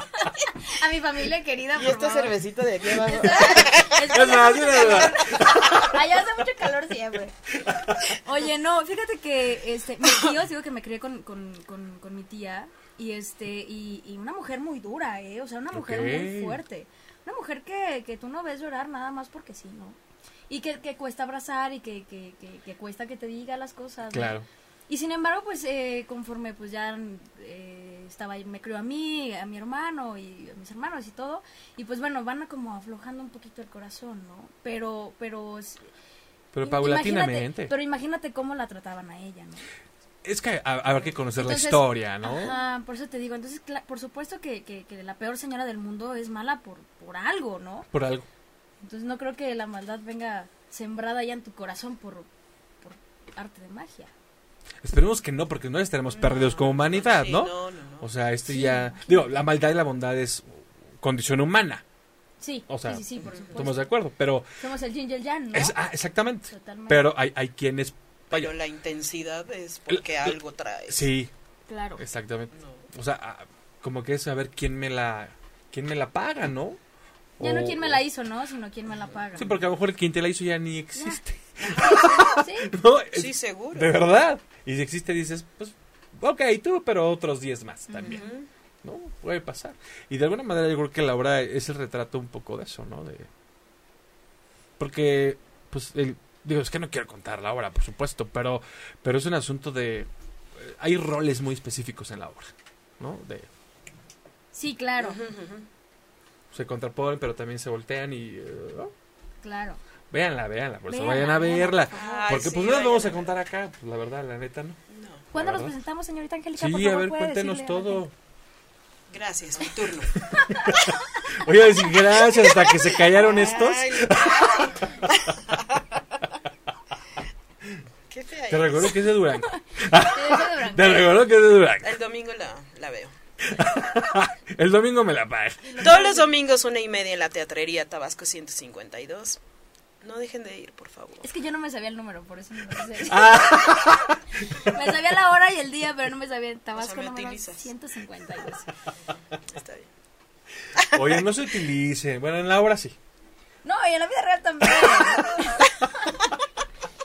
S3: A mi familia querida,
S5: Y
S3: por
S5: esta
S3: favor.
S5: cervecita de aquí abajo.
S3: Es que
S2: Es más,
S3: hace mucho
S2: mira, mira.
S3: calor. Allá hace mucho calor siempre. Oye, no, fíjate que este, mis tíos, digo que me crié con, con, con, con mi tía y este y, y una mujer muy dura, ¿eh? O sea, una mujer
S2: Ok.
S3: muy fuerte. Una mujer que, que tú no ves llorar nada más porque sí, ¿no? Y que, que cuesta abrazar y que, que, que, que cuesta que te diga las cosas. ¿no?
S2: Claro.
S3: Y sin embargo, pues eh, conforme pues ya eh, estaba ahí, me crió a mí, a mi hermano y a mis hermanos y todo, y pues bueno, van como aflojando un poquito el corazón, ¿no? Pero, pero... s-
S2: Pero
S3: im-
S2: paulatinamente.
S3: imagínate- Pero imagínate cómo la trataban a ella, ¿no?
S2: Es que ha- habrá que conocer
S3: Entonces,
S2: la historia, ¿no?
S3: Ajá, por eso te digo, entonces, cla- por supuesto que, que, que la peor señora del mundo es mala por, por algo, ¿no?
S2: Por algo.
S3: Entonces no creo que la maldad venga sembrada ya en tu corazón por, por arte de magia.
S2: Esperemos que no, porque no estaremos perdidos como humanidad,
S5: Sí,
S2: ¿no?
S5: No, no, no.
S2: O sea, este ya. Digo, la maldad y la bondad es condición humana.
S3: Sí,
S2: O sea,
S3: sí, sí, sí, por supuesto.
S2: Estamos de acuerdo, pero.
S3: Somos el Yin y el Yang, ¿no?
S2: es- ah, exactamente.
S3: Totalmente.
S2: Pero hay, hay quienes.
S5: Pero
S2: Vaya,
S5: la intensidad es porque algo trae.
S2: sí,
S3: Claro.
S2: exactamente.
S5: No.
S2: O sea, ah, como que es saber quién me la. quién me la paga, ¿no?
S3: Ya
S2: O-
S3: no quién me la hizo, ¿no? Sino quién me la paga.
S2: Sí, porque a lo mejor el quien te la hizo ya ni existe.
S3: Sí,
S2: ¿no?
S5: Sí,
S2: Es-
S5: seguro.
S2: de verdad. Y si existe, dices, pues, ok, tú, pero otros 10 más también.
S5: Ujú.
S2: ¿no? Puede pasar. Y de alguna manera yo creo que la obra es el retrato un poco de eso, ¿no? De... Porque, pues, el- digo, es que no quiero contar la obra, por supuesto, pero, pero es un asunto de... eh, Hay roles muy específicos en la obra, ¿no? De,
S3: sí, claro,
S2: se contraponen, pero también se voltean y... eh, ¿no?
S3: claro.
S2: Véanla, véanla, por eso
S3: Véanla,
S2: vayan a
S3: véanla,
S2: verla.
S3: por favor.
S5: Ay,
S2: Porque
S5: Ah,
S2: pues
S5: sí,
S2: no las
S5: vayan
S2: vamos
S5: a
S2: a contar acá, pues la verdad, la neta, ¿no?
S5: No.
S3: ¿Cuándo nos
S2: ¿Verdad?
S3: presentamos, señorita Angélica? Por
S2: Sí, a
S3: favor,
S2: ver,
S3: pues, puede
S2: cuéntenos
S3: decirle a la
S2: todo.
S3: gente.
S5: Gracias, mi turno.
S2: Voy a decir gracias hasta que se callaron estos.
S5: Ay, ay. Qué fea
S2: Te
S5: eres.
S2: recuerdo que es de Durango.
S3: Sí, eso de Durango.
S2: Te recuerdo que es de Durango.
S5: El domingo la, la veo.
S2: El domingo me la paga.
S5: Todos los domingos, una y media en la Teatrería Tabasco 152. No dejen de ir, por favor.
S3: Es que yo no me sabía el número, por eso no me lo sé.
S2: Ah.
S3: me sabía la hora y el día, pero no me sabía el Tabasco
S5: me
S3: número
S5: utilizas.
S3: 152.
S5: Está bien.
S2: Oye, no se utilicen. Bueno, en la obra sí.
S3: No, y en la vida real también.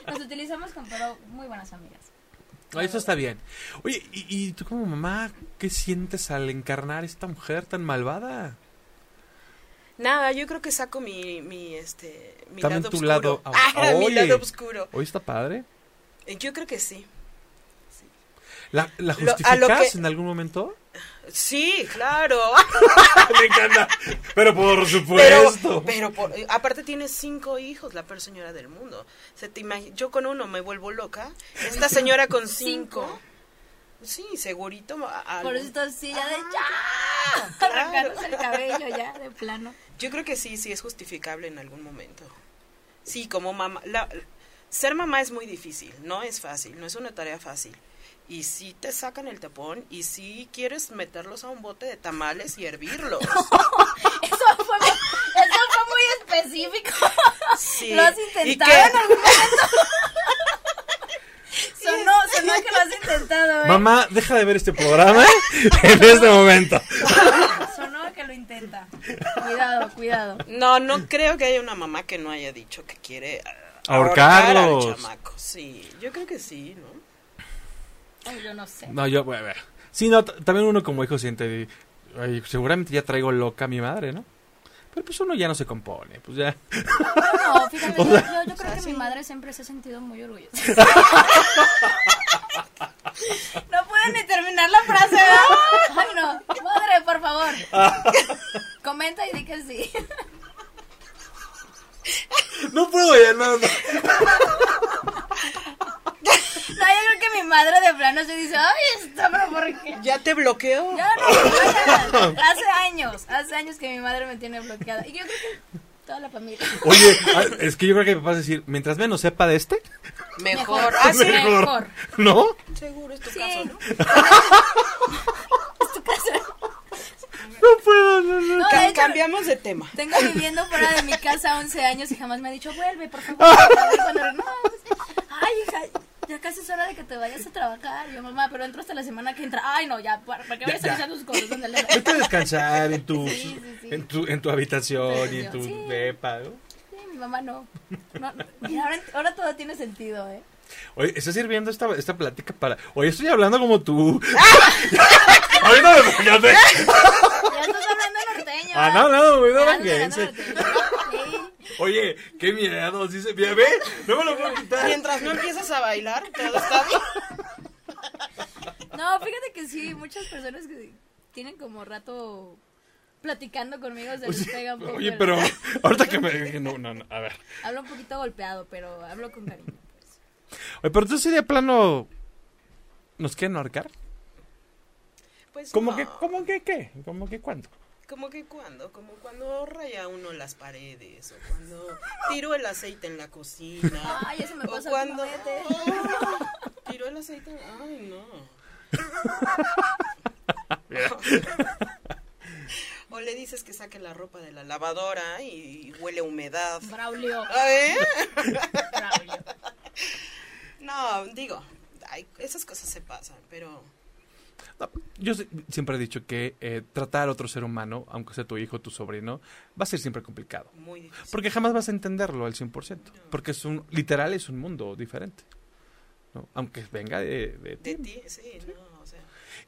S3: Nos utilizamos con pero muy buenas amigas.
S2: Ah, Eso está bien. Oye, ¿y, y tú como mamá qué sientes al encarnar esta mujer tan malvada?
S5: Nada, yo creo que saco mi, mi, este, mi
S2: También
S5: lado
S2: tu
S5: oscuro.
S2: lado- ah,
S5: Ah, mi
S2: oye.
S5: lado oscuro.
S2: Hoy está padre.
S5: Eh, Yo creo que sí.
S2: ¿La, la
S5: Lo- a lo
S2: justificas
S5: que-
S2: en algún momento?
S5: Sí, claro. Ah,
S2: Me encanta. Pero por
S5: Pero,
S2: supuesto.
S5: pero por- eh, aparte tiene cinco hijos, la peor señora del mundo. Se te imag- yo con uno me vuelvo loca. Esta señora con cinco.
S3: ¿Cinco?
S5: Sí, segurito. a- a-
S3: Por eso estoy así, ya de
S5: Ah,
S3: ya.
S5: claro.
S3: Arrancándose el cabello ya, de plano.
S5: Yo creo que sí, sí es justificable en algún momento. Sí, como mamá. la- ser mamá es muy difícil, no es fácil, no es una tarea fácil. Y sí te sacan el tapón y sí quieres meterlos a un bote de tamales y hervirlos.
S3: Eso fue, muy- eso fue muy específico.
S5: Sí.
S3: ¿Lo has
S5: Y
S3: intentado en
S5: que,
S3: algún momento? Sonó, sonó que lo has intentado, ¿eh?
S2: Mamá, deja de ver este programa en este momento.
S3: Sonó que lo intenta. Cuidado, cuidado.
S5: no, no creo que haya una mamá que no haya dicho que quiere ah, ahorcar al
S2: Ahorcarlos.
S5: chamaco. Sí, yo creo que sí, ¿no?
S3: Ay, yo no sé.
S2: No, yo, voy a ver. Sí, no, t- también uno como hijo siente. ay, seguramente ya traigo loca a mi madre, ¿no? Pero pues uno ya no se compone, pues ya.
S3: No, fíjate,
S2: O
S3: yo,
S2: sea-
S3: yo- yo creo que mi madre siempre se ha sentido muy orgullosa.
S7: No pueden ni terminar la frase.
S3: Ay, no. Madre, por favor. Comenta y di que sí.
S2: No puedo ya, no, no.
S3: No, yo creo que mi madre de plano se dice, ay, esta, pero ¿por qué?
S5: Ya te bloqueo.
S3: Ya no, no, no, no. hace años, hace años que mi madre me tiene bloqueada. Y yo creo que toda la familia.
S2: Oye, ah, es que yo creo que mi papá va a decir, mientras menos sepa de este,
S5: Mejor. Ah, sí.
S3: mejor.
S2: ¿no?
S5: Seguro es tu
S3: Sí.
S5: caso, ¿no?
S3: Es tu casa.
S2: No puedo, no, no.
S3: No,
S5: Ca-
S3: de hecho,
S5: cambiamos de tema.
S3: tengo viviendo fuera de mi casa 11 años y jamás me ha dicho, vuelve, por favor. por favor", cuando- no, pues, ay, hija, ya casi es hora de que te vayas a trabajar. Y Yo, mamá, pero entro hasta la semana que entra. Ay, no, ya, ¿para, para qué vayas
S2: ya.
S3: a hacer tus cosas? Donde le-
S2: Vete a descansar en tu,
S3: Sí, sí, sí.
S2: En tu, en tu habitación y en tu
S3: Sí.
S2: depa, ¿no?
S3: Sí, mi mamá no. No, no. Y ahora, ahora todo tiene sentido, ¿eh?
S2: Oye, está sirviendo esta, esta plática para. Oye, estoy hablando como tú. Ahorita me fallaste.
S3: Ya estás hablando norteño.
S2: Ah, no, no, güey, no
S3: Ya
S2: venguense.
S3: estás hablando norteño. Sí.
S2: Oye, qué miedo. Así se ve. No me lo puedo quitar.
S5: Mientras no empiezas a bailar, todo está bien.
S3: No, fíjate que sí, muchas personas que tienen como rato platicando conmigo se les pega un poco.
S2: Oye,
S3: el-
S2: pero. Ahorita que me. No, no, no. A ver.
S3: Hablo un poquito golpeado, pero hablo con cariño. pues.
S2: Oye, pero tú sería plano. ¿Nos quieren ahorcar?
S5: Pues
S2: ¿Cómo
S5: no.
S2: que, cómo que qué? ¿Cómo que cuándo?
S5: Como que cuando, como cuando raya uno las paredes, o cuando tiro el aceite en la cocina.
S3: Ay, eso me
S5: o
S3: pasa
S5: cuando
S3: últimamente.
S5: tiro el aceite, en- ay no. o le dices que saque la ropa de la lavadora y, huele a humedad.
S3: Braulio,
S5: A ver.
S3: Braulio.
S5: No, digo, ay, esas cosas se pasan, pero
S2: No, yo si- siempre he dicho que eh, tratar a otro ser humano, aunque sea tu hijo, tu sobrino, va a ser siempre complicado.
S5: muy difícil.
S2: Porque jamás vas a entenderlo al 100%. Porque es un, literal es un mundo diferente. ¿no? Aunque venga de, de ti.
S5: De ti, sí, no, o sea.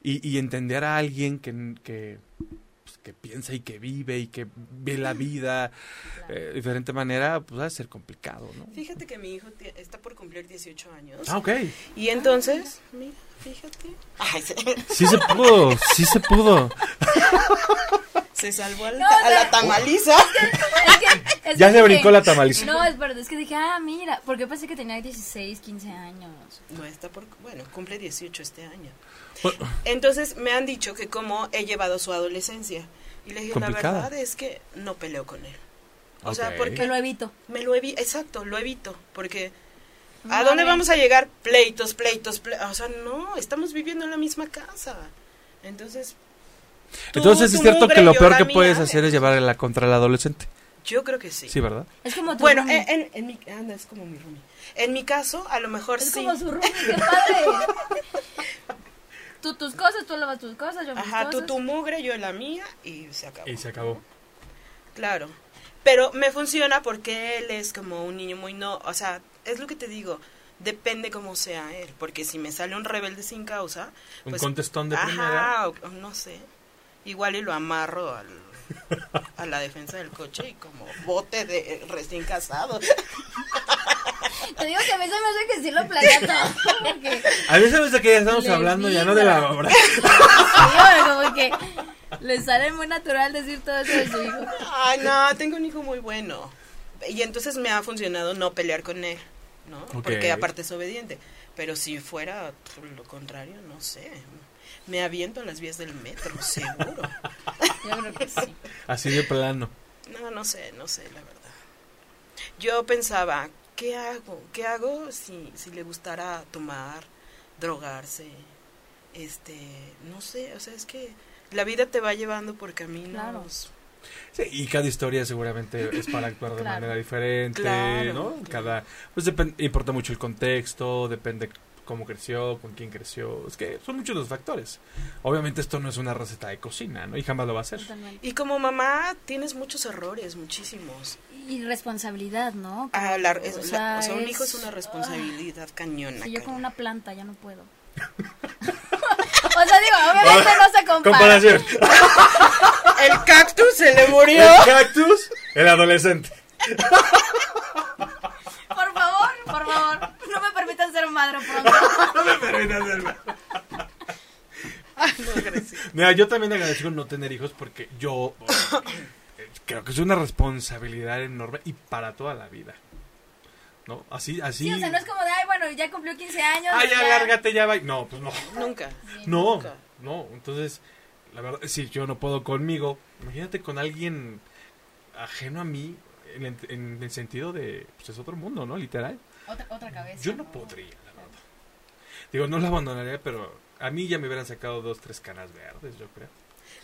S2: Y, y entender a alguien que, que, pues, que piensa y que vive y que ve la vida eh, de diferente manera, pues va a ser complicado, ¿no?
S5: Fíjate que mi hijo tie- está por cumplir 18 años.
S2: Ah, ok.
S5: Y
S3: Ah,
S5: entonces, mira, fíjate. Ay, se,
S2: Sí se pudo, sí se pudo.
S5: se salvó al-
S3: No,
S5: a
S3: o
S5: la
S3: sea-
S5: tamaliza.
S3: Es que- es
S2: Ya
S3: que
S2: se
S3: dije-
S2: brincó la tamaliza.
S3: No, es verdad, es que dije, ah, mira, porque pensé que tenía 16, 15 años.
S5: No, está por, bueno, cumple 18 este año.
S2: Bueno,
S5: Entonces me han dicho que cómo he llevado su adolescencia. Y le dije,
S2: Complicada.
S5: la verdad es que no peleo con él. O sea,
S2: Ok.
S3: Que
S5: porque
S3: lo evito.
S5: me lo evito, exacto, lo evito, porque ¿a
S3: Vale.
S5: dónde vamos a llegar? Pleitos, pleitos, pleitos. O sea, no, estamos viviendo en la misma casa. Entonces, tú-
S2: Entonces es
S5: tu
S2: cierto que
S5: mugre,
S2: lo
S5: yo
S2: peor
S5: la
S2: que
S5: mía.
S2: puedes hacer es llevarla contra el adolescente.
S5: yo creo que sí.
S2: Sí, ¿verdad?
S3: Es como tu
S5: Bueno, eh,
S3: roomie.
S5: en, en- en mi, anda, es como mi roomie. En mi caso, a lo mejor
S3: Es
S5: sí.
S3: como su roomie, qué padre. Tú tus cosas, tú lavas tus cosas, yo mis
S5: Ajá, tú
S3: cosas.
S5: tu mugre, yo la mía y se acabó.
S2: acabó.
S5: Claro. Pero me funciona porque él es como un niño muy no, o sea, es lo que te digo, depende cómo sea él, porque si me sale un rebelde sin causa,
S2: Un
S5: pues,
S2: contestón de
S5: ajá,
S2: primera.
S5: o- o no sé. Igual y lo amarro al, a la defensa del coche y como bote de recién casado.
S3: Te digo que a mí se me hace que sí lo planea todo. Porque,
S2: A veces me que ya estamos
S3: Le
S2: hablando ya no de
S3: vibra.
S2: la obra.
S3: sí, bueno, como que le sale muy natural decir todo eso de su hijo.
S5: Ay, no, tengo un hijo muy bueno. Y entonces me ha funcionado no pelear con él, ¿no? Porque
S2: Ok.
S5: aparte es obediente. Pero si fuera por lo contrario, no sé. Me aviento a las vías del metro, seguro.
S3: Yo creo que sí.
S2: Así de plano.
S5: No, no sé, no sé, la verdad. Yo pensaba, ¿qué hago? ¿Qué hago si, si le gustara tomar, drogarse? Este, no sé, o sea, es que la vida te va llevando por caminos.
S3: Claro.
S2: Sí, y cada historia seguramente es para actuar de
S3: Claro.
S2: manera diferente,
S5: Claro,
S2: ¿no?
S5: claro.
S2: Cada pues depen- importa mucho el contexto, depende cómo creció, con quién creció, es que son muchos los factores. Obviamente esto no es una receta de cocina, ¿no? Y jamás lo va a hacer.
S3: Totalmente.
S5: Y como mamá tienes muchos errores, muchísimos.
S3: Y responsabilidad, ¿no?
S5: Ah, la- es- la- o, sea, un
S3: es-
S5: hijo es Ah. una responsabilidad cañona.
S3: Si yo con
S5: cañona.
S3: una planta ya no puedo. o sea, digo, obviamente no se compara.
S2: Comparación.
S5: El cactus se le murió.
S2: cactus, el adolescente.
S3: Por favor, por favor, no me permitan ser madre pronto.
S2: Mira, yo también agradezco no tener hijos porque yo bueno, eh, creo que es una responsabilidad enorme y para toda la vida. ¿No? Así, así.
S3: Sí, o sea, no es como de, ay, bueno, ya cumplió 15 años.
S2: Ay, alárgate, ya va. No, pues no.
S5: Nunca.
S2: No,
S5: nunca.
S2: no. Entonces, la verdad, si yo no puedo conmigo, imagínate con alguien ajeno a mí en, el- en el sentido de, pues es otro mundo, ¿no? Literal.
S3: Otra, otra cabeza.
S2: Yo no podría, la verdad. Digo, no la abandonaría, pero a mí ya me hubieran sacado dos, tres canas verdes, yo creo.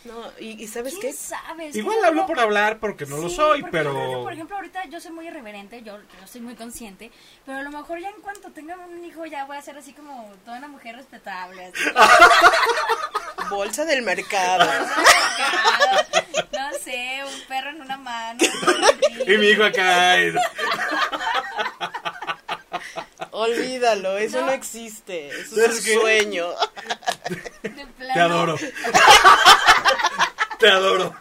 S5: No, y, y ¿sabes
S3: ¿Quién
S5: qué?
S3: sabe? Es que
S2: Igual
S3: luego-
S2: hablo por hablar porque no lo
S3: Sí,
S2: soy,
S3: porque yo creo que,
S2: pero...
S3: por ejemplo, ahorita yo soy muy irreverente, yo, yo soy muy consciente, pero a lo mejor ya en cuanto tenga un hijo ya voy a ser así como toda una mujer respetable. así.
S5: Bolsa del mercado.
S3: No sé, un perro en una mano. un
S2: Y mi hijo acá... es-
S5: Olvídalo, eso no,
S3: No.
S5: existe. Eso es
S2: ¿Sabes
S5: un
S2: qué?
S5: sueño.
S3: de plano.
S2: Te adoro. Te adoro.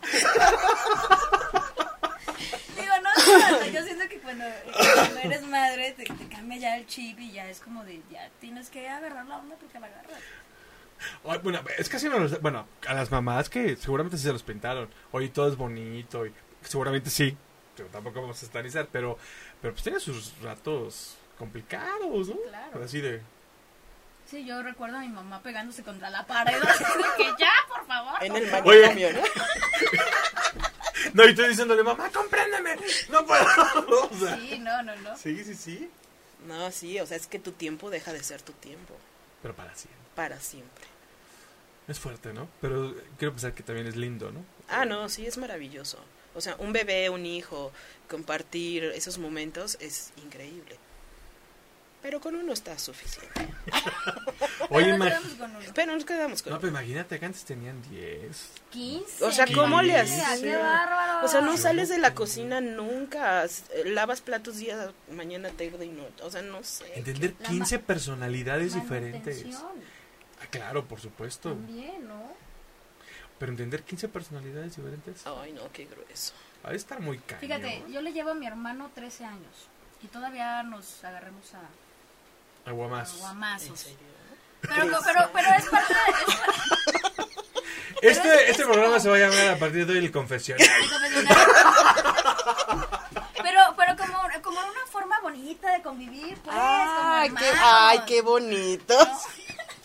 S3: Digo, no, sé, o sea, yo siento que cuando, cuando eres madre te, te cambia ya el chip y ya es como de, ya tienes que agarrar la onda porque la agarras.
S2: Ay, Bueno, es casi no los- Bueno, a las mamás que seguramente sí se los pintaron. Oye, todo es bonito y seguramente sí. Pero tampoco vamos a estanizar, pero, pero pues tiene sus ratos complicados, ¿no? Pues,
S3: Claro.
S2: Así de...
S3: Sí, yo recuerdo a mi mamá pegándose contra la pared, así de que ya, por favor.
S5: En el
S2: Oye.
S5: manicomio, ¿no?
S2: No, y estoy diciéndole, mamá, compréndeme. No puedo. O sea,
S3: Sí, no, no, no.
S2: sí, sí, sí.
S5: No, sí, o sea, es que tu tiempo deja de ser tu tiempo.
S2: Pero para siempre.
S5: Para siempre.
S2: Es fuerte, ¿no? Pero eh, quiero pensar que también es lindo, ¿no?
S5: Ah, no, sí, es maravilloso. O sea, un bebé, un hijo, compartir esos momentos es increíble. Pero con uno está suficiente.
S2: Oye,
S3: Pero nos
S2: imag-
S3: quedamos con uno.
S5: Pero nos quedamos con...
S2: no, pero imagínate que antes tenían 10.
S3: 15.
S5: O sea, ¿cómo le
S2: Quince,
S5: haces?
S3: ¡Qué bárbaro!
S5: O sea, no
S2: Yo
S5: sales
S2: no
S5: de la
S2: puedo.
S5: cocina nunca, s- eh, lavas platos día, mañana, tarde y noche. O sea, no sé.
S2: Entender
S3: La ma-
S2: 15 personalidades diferentes.
S3: Manutención
S2: Ah, claro, por supuesto.
S3: También, ¿no?
S2: Pero entender 15 personalidades diferentes.
S5: Ay, no, qué grueso.
S2: Ha de estar muy caro.
S3: Oh. Fíjate, yo le llevo a mi hermano 13 años y todavía nos agarremos a,
S2: Agua
S3: a
S2: más.
S5: ¿En
S3: guamazos.
S5: serio?
S3: Pero, no, pero, pero es parte de... es parte
S2: Este,
S3: es
S2: este
S3: como-
S2: programa se va a llamar a partir de hoy el confesionario.
S3: del confesionario. Pero, pero como, como una forma bonita de convivir, pues,
S5: Ay,
S3: como
S5: Ah, qué,
S3: hermanos.
S5: ay, qué bonito.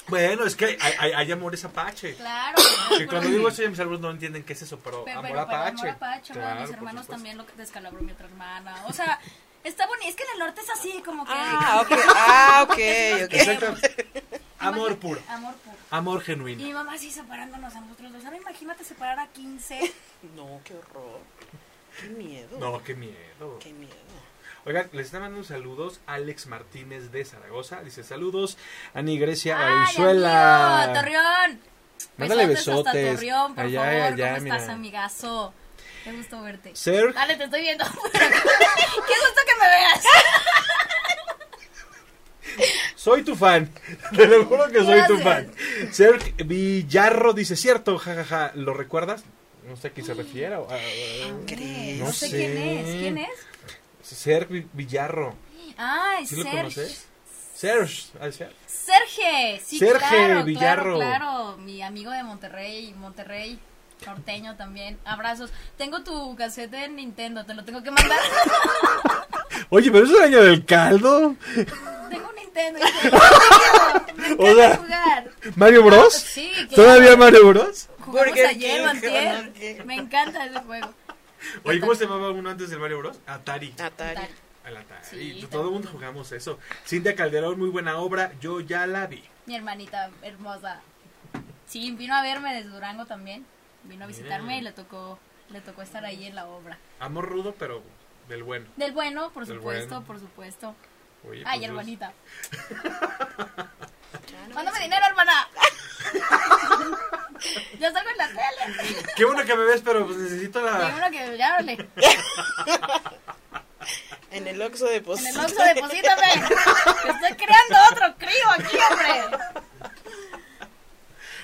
S2: bueno, es que hay, hay, hay amores apache.
S3: Claro.
S2: Que cuando digo eso ya mis hermanos no entienden qué es eso, pero,
S3: Pero,
S2: amor
S3: pero, pero
S2: apache.
S3: amor apache, ¿no?
S2: Claro,
S3: mis
S2: por
S3: hermanos
S2: supuesto.
S3: también lo que descalabró mi otra hermana. O sea, está bonito. Es que en el norte es así, como que.
S5: Ah, ok, ah, ok, ok.
S2: Exacto. Amor puro.
S3: Amor puro.
S2: Amor
S3: Y
S2: genuino.
S3: mi mamá sí separándonos a nosotros dos. Ahora imagínate separar a 15.
S5: No, qué horror. Qué miedo.
S2: No, qué miedo.
S5: Qué miedo.
S2: Oigan, les está mandando saludos Alex Martínez de Zaragoza. Dice saludos Ani Grecia
S3: ¡Ay,
S2: Valenzuela.
S3: amigo! ¡Torreón!
S2: Mándale
S3: Besotes hasta
S2: besotes.
S3: Torreón, por
S2: Allá,
S3: favor.
S2: allá,
S3: ¿Cómo
S2: mira.
S3: estás, amigazo? Qué gusto verte.
S2: Ser-
S3: Dale, te estoy viendo. ¡Qué gusto que me veas!
S2: Soy tu fan. Te lo juro que soy tu
S3: Gracias.
S2: fan. Ser Villarro dice cierto, jajaja. ¿Lo recuerdas? No sé a quién se refiere. o- a-
S3: Ah.
S2: a-
S5: ¿Crees?
S2: No
S3: No sé quién
S2: sé.
S3: es. ¿Quién es?
S2: Ser Vi- Villarro.
S3: ¡Ay,
S2: ¿Sí lo
S3: Sergio!
S2: conoces? Serge. ah, Ser-
S3: Serge, sí,
S2: Serge
S3: claro,
S2: Villarro.
S3: claro, claro, mi amigo de Monterrey, Monterrey, norteño también, abrazos. Tengo tu cassette de Nintendo, te lo tengo que mandar.
S2: Oye, pero es el año del caldo.
S3: tengo un Nintendo, y te lo tengo, me encanta
S2: O sea,
S3: jugar. Ah,
S2: Mario Bros.
S3: Sí, claro.
S2: Todavía Mario Bros.
S3: Jugamos
S5: Burger
S3: ayer o
S5: King,
S3: antier.
S5: Burger King.
S3: me encanta ese juego.
S2: Oye, ¿cómo se llamaba uno antes del Mario Bros? Atari.
S5: Atari.
S2: Al Atari.
S3: Ah. Sí,
S2: Todo el mundo jugamos eso. Cintia Calderón, muy buena obra. Yo ya la vi.
S3: Mi hermanita hermosa. Sí, vino a verme desde Durango también, vino a visitarme y le tocó, le tocó estar ahí en la obra.
S2: Amor rudo, pero del bueno.
S3: Del bueno, por
S2: Del
S3: supuesto,
S2: bueno.
S3: por supuesto.
S2: Oye,
S3: Ay,
S2: pues,
S3: hermanita.
S5: Ya no
S3: Mándame dinero, hermana. ya salgo en la tele.
S2: Qué bueno que me ves, pero pues necesito
S3: Hay
S2: la.
S3: uno que ya hable.
S5: En el Oxxo de
S3: En el Oxxo, deposítame. Que estoy creando otro crío aquí, hombre.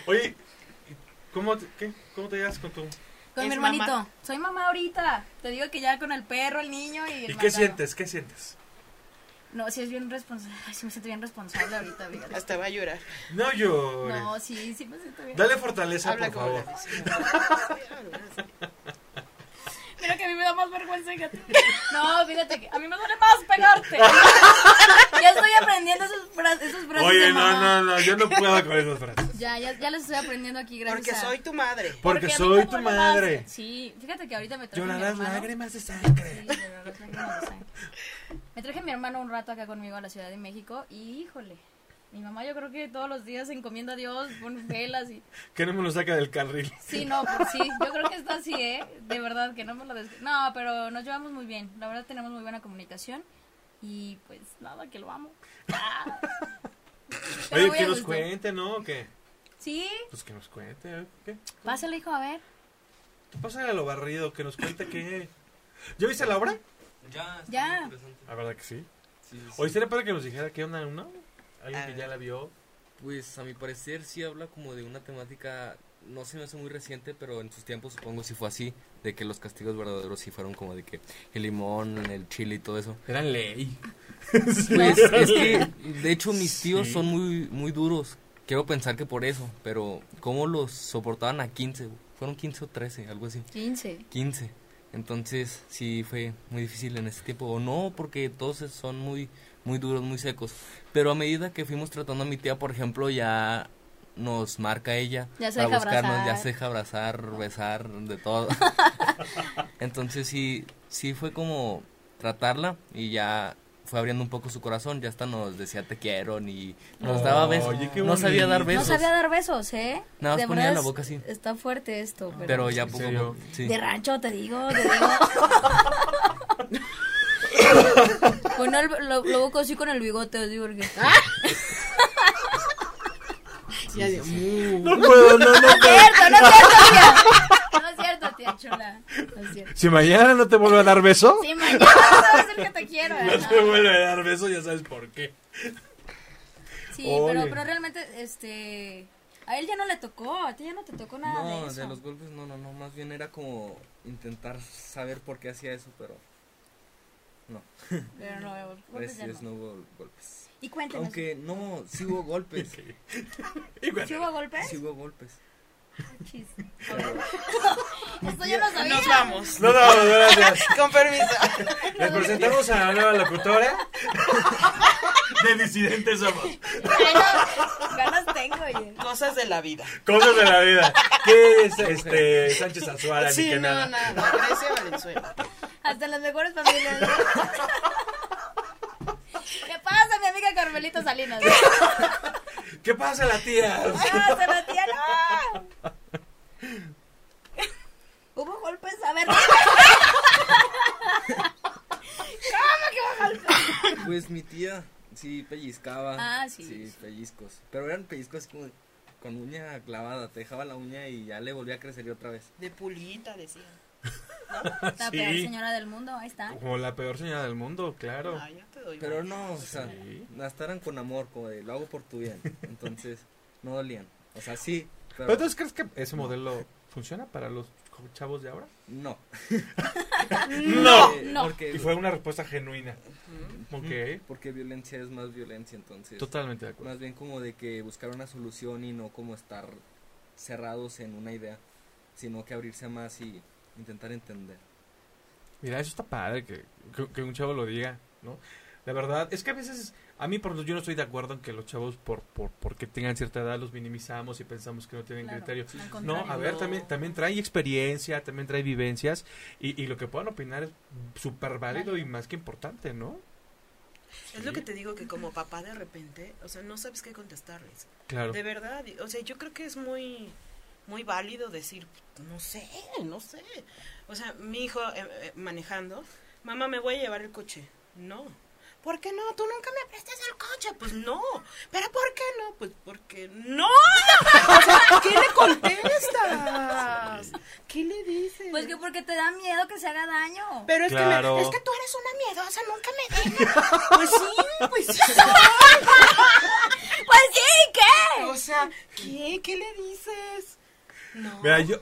S2: Oye, ¿cómo te, qué? ¿Cómo te llevas con tu.
S3: Con Con
S5: Es
S3: mi hermanito.
S5: mamá.
S3: Soy mamá ahorita. Te digo que ya con el perro, el niño y el
S2: ¿Y qué
S3: mandado.
S2: sientes? ¿Qué sientes?
S3: No, sí es bien responsable. Ay, sí me siento bien responsable ahorita, fíjate.
S5: Hasta va a llorar.
S2: No llores.
S3: No, sí, sí me siento bien.
S2: Dale fortaleza,
S5: Habla
S2: por
S5: como
S2: favor.
S5: la vecina.
S3: Mira que a mí me da más vergüenza que a ti. No, fíjate que a mí me duele más pegarte. ya estoy aprendiendo esos, fra- esos frases
S2: Oye,
S3: de
S2: no,
S3: mamá.
S2: no, no, yo no puedo con esas frases.
S3: Ya, ya, ya los estoy aprendiendo aquí, gracias
S5: Porque
S3: a-
S5: soy tu madre.
S2: Porque,
S3: a mí me
S2: soy tu
S3: duele más.
S2: madre.
S3: Sí, fíjate que ahorita me traje mi
S2: Llorarás
S3: hermano.
S2: lágrimas de
S3: Sí,
S2: sangre.
S3: llorarás lágrimas de sangre. Me traje a mi hermano un rato acá conmigo a la Ciudad de México y híjole, mi mamá yo creo que todos los días se encomienda a Dios, pone velas y...
S2: Que no me lo saca del carril.
S3: Sí, no, pues sí, yo creo que está así, ¿eh? De verdad, que no me lo des... No, pero nos llevamos muy bien, la verdad tenemos muy buena comunicación y pues nada, que lo amo. Ah. Pero
S2: Oye,
S3: voy
S2: que
S3: a
S2: nos
S3: gusto.
S2: cuente, ¿no? ¿O ¿Qué?
S3: Sí,
S2: Pues que nos cuente. ¿eh? ¿Qué?
S3: pásale hijo, a ver.
S2: Tú pásale a lo barrido, que nos cuente qué. ¿Yo hice la obra?
S8: Ya. está
S3: Ya.
S8: muy interesante.
S2: La verdad que sí.
S8: Sí, sí,
S2: Hoy
S8: sí.
S2: sería para que nos dijera qué onda, ¿no? Alguien
S5: A
S2: que
S5: ver.
S2: ya la vio.
S8: Pues a mi parecer sí habla como de una temática, no se me hace muy reciente, pero en sus tiempos supongo sí fue así, de que los castigos verdaderos sí fueron como de que el limón, el chile y todo eso.
S2: Eran ley.
S8: Pues es que, de hecho, mis tíos
S2: Sí.
S8: son muy, muy duros. Quiero pensar que por eso, pero ¿cómo los soportaban a 15? güey? Fueron 15 o 13, algo así.
S3: 15.
S8: 15. Entonces, sí fue muy difícil en ese tiempo. O no, porque todos son muy, muy duros, muy secos. Pero a medida que fuimos tratando a mi tía, por ejemplo, ya nos marca ella
S3: Ya se
S8: para
S3: deja
S8: buscarnos, ya
S3: abrazar.
S8: se deja abrazar, besar, de todo. Entonces sí, sí fue como tratarla y ya fue abriendo un poco su corazón, ya hasta nos decía te quiero ni nos daba besos,
S2: Oye, qué
S8: no sabía dar
S2: bonito.
S8: besos,
S3: No sabía dar besos, ¿eh?
S8: Nada más
S3: De
S8: ponía
S3: verdad
S8: la
S3: es-
S8: boca así.
S3: Está fuerte esto, pero...
S8: pero ya
S2: ¿En
S8: poco a
S2: serio?
S8: poco, sí.
S3: De rancho, te digo, te digo. bueno, el- lo, lo busco así con el bigote, así porque...
S5: Ya digo,
S2: No puedo, no, no
S3: No es cierto, no es cierto, tía. No es cierto, tía chula. No es cierto.
S2: Si mañana no te vuelve a dar beso,
S3: Sí, mañana sabes el que te quiero.
S2: no
S3: ¿verdad?
S2: te vuelve a dar beso, ya sabes por qué.
S3: Sí,
S2: Oye.
S3: pero, pero realmente, este... A él ya no le tocó, a ti ya no te tocó nada de
S8: No,
S3: eso.
S8: de los golpes no, no, no, más bien era como intentar saber por qué hacía eso, pero
S3: Pero no, de los golpes ya
S8: gracias
S3: no.
S8: Pues no hubo golpes.
S3: Y cuéntanos,
S8: Aunque no, sí hubo golpes,
S3: ¿sí hubo golpes?
S8: sí hubo golpes.
S3: Chis. A ver. Esto yo no sabía.
S5: Nos vamos.
S2: No, no, no, gracias.
S5: Con permiso.
S2: Les presentamos a la nueva locutora de Disidentes Somos.
S3: Ganas- Ganas tengo, oye.
S5: Cosas de la vida.
S2: Cosas de la vida. ¿Qué es este Sánchez Azuara? ni
S5: Sí,
S2: que
S5: no,
S2: nada.
S5: nada. Grecia, Valenzuela.
S3: Hasta las mejores familias. ¿no? ¿Qué pasa, mi amiga Carmelita Salinas?
S2: ¿Qué pasa, la tía?
S3: ¡Ah, se la tía, no! ¿Hubo golpes? A ver, dime.
S8: Pues mi tía sí pellizcaba.
S3: Ah, sí, sí.
S8: pellizcos. Pero eran pellizcos como con uña clavada. Te dejaba la uña y ya le volvía a crecer y otra vez.
S5: De pulita, decía.
S3: La
S2: Sí.
S3: peor señora del mundo, ahí está.
S2: Como la peor señora del mundo, claro.
S5: Ah, ya te doy.
S8: Pero no, o sea,
S2: Sí.
S8: hasta eran con amor, como de lo hago por tu bien. Entonces, no dolían. O sea, sí, pero,
S2: ¿Pero entonces crees que ese modelo funciona para los chavos de ahora?
S8: no.
S2: No.
S8: Eh,
S3: No.
S8: Porque,
S2: Y fue una respuesta genuina. Ok.
S8: porque violencia es más violencia, entonces.
S2: Totalmente de acuerdo.
S8: Más bien como de que buscar una solución y no como estar cerrados en una idea, sino que abrirse más y intentar entender.
S2: Mira, eso está padre que, que- que un chavo lo diga, ¿no? La verdad, es que a veces, a mí por lo- yo no estoy de acuerdo en que los chavos, por, por porque tengan cierta edad, los minimizamos y pensamos que no tienen
S3: Claro,
S2: criterio.
S3: al
S2: No,
S3: contrario.
S2: a ver,
S5: No.
S2: también, también trae experiencia, también trae vivencias y, y lo que puedan opinar es súper válido y más que importante, ¿no?
S5: Es lo que te digo que como papá de repente, o sea, no sabes qué contestarles.
S2: Claro.
S5: De verdad, y- o sea, yo creo que es muy muy válido decir, no sé, no sé. O sea, mi hijo eh, eh, manejando, mamá, me voy a llevar el coche. No. ¿Por qué no? Tú nunca me prestas el coche. Pues no. ¿Pero por qué no? Pues porque no. O sea, ¿qué le contestas? ¿Qué le dices?
S3: Pues que porque te da miedo que se haga daño.
S5: Pero es,
S2: Claro.
S5: que me- es que tú eres una miedosa, nunca me dejas. Pues sí, pues sí.
S3: Pues sí, ¿qué?
S2: Pues,
S5: O sea, ¿qué? ¿Qué le dices? No.
S2: Mira, yo,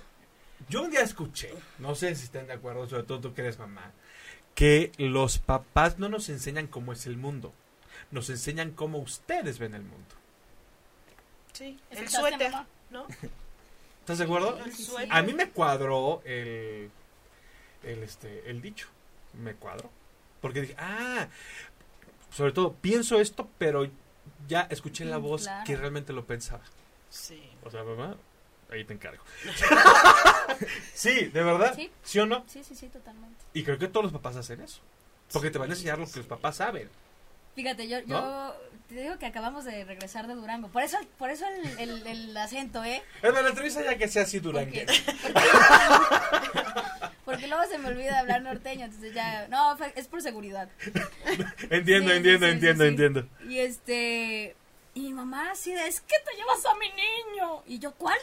S2: Yo un día escuché, no sé si están de acuerdo, sobre todo tú que eres mamá, que los papás no nos enseñan cómo es el mundo, nos enseñan cómo ustedes ven el mundo.
S5: Sí, el
S3: ¿Escuchaste,
S5: suéter,
S3: mamá?
S5: ¿no?
S2: ¿Estás de acuerdo?
S5: El
S3: Sí, sí.
S5: suéter.
S2: A mí me cuadró el, el, este, el dicho. Me cuadró. Porque dije, ah, sobre todo pienso esto, pero ya escuché la
S3: Mm,
S2: voz
S3: claro.
S2: que realmente lo pensaba.
S5: Sí.
S2: O sea, mamá, ahí te encargo. sí, de verdad.
S3: Sí.
S2: ¿Sí o no?
S3: Sí, sí, sí, totalmente.
S2: Y creo que todos los papás hacen eso. Porque te van a
S5: Sí,
S2: enseñar lo que
S5: sí.
S2: los papás saben.
S3: Fíjate, yo, yo te digo que acabamos de regresar de Durango. Por eso, por eso el, el, el acento, ¿eh?
S2: Es la entrevista ya que sea así durante.
S3: Porque, porque luego se me olvida hablar norteño, entonces ya... No, fue- es por seguridad.
S2: Entiendo, entiendo,
S3: Sí, sí, sí, sí,
S2: entiendo,
S3: sí.
S2: entiendo.
S3: Y este... Y mi mamá así de, es que te llevas a mi niño. Y yo, ¿cuál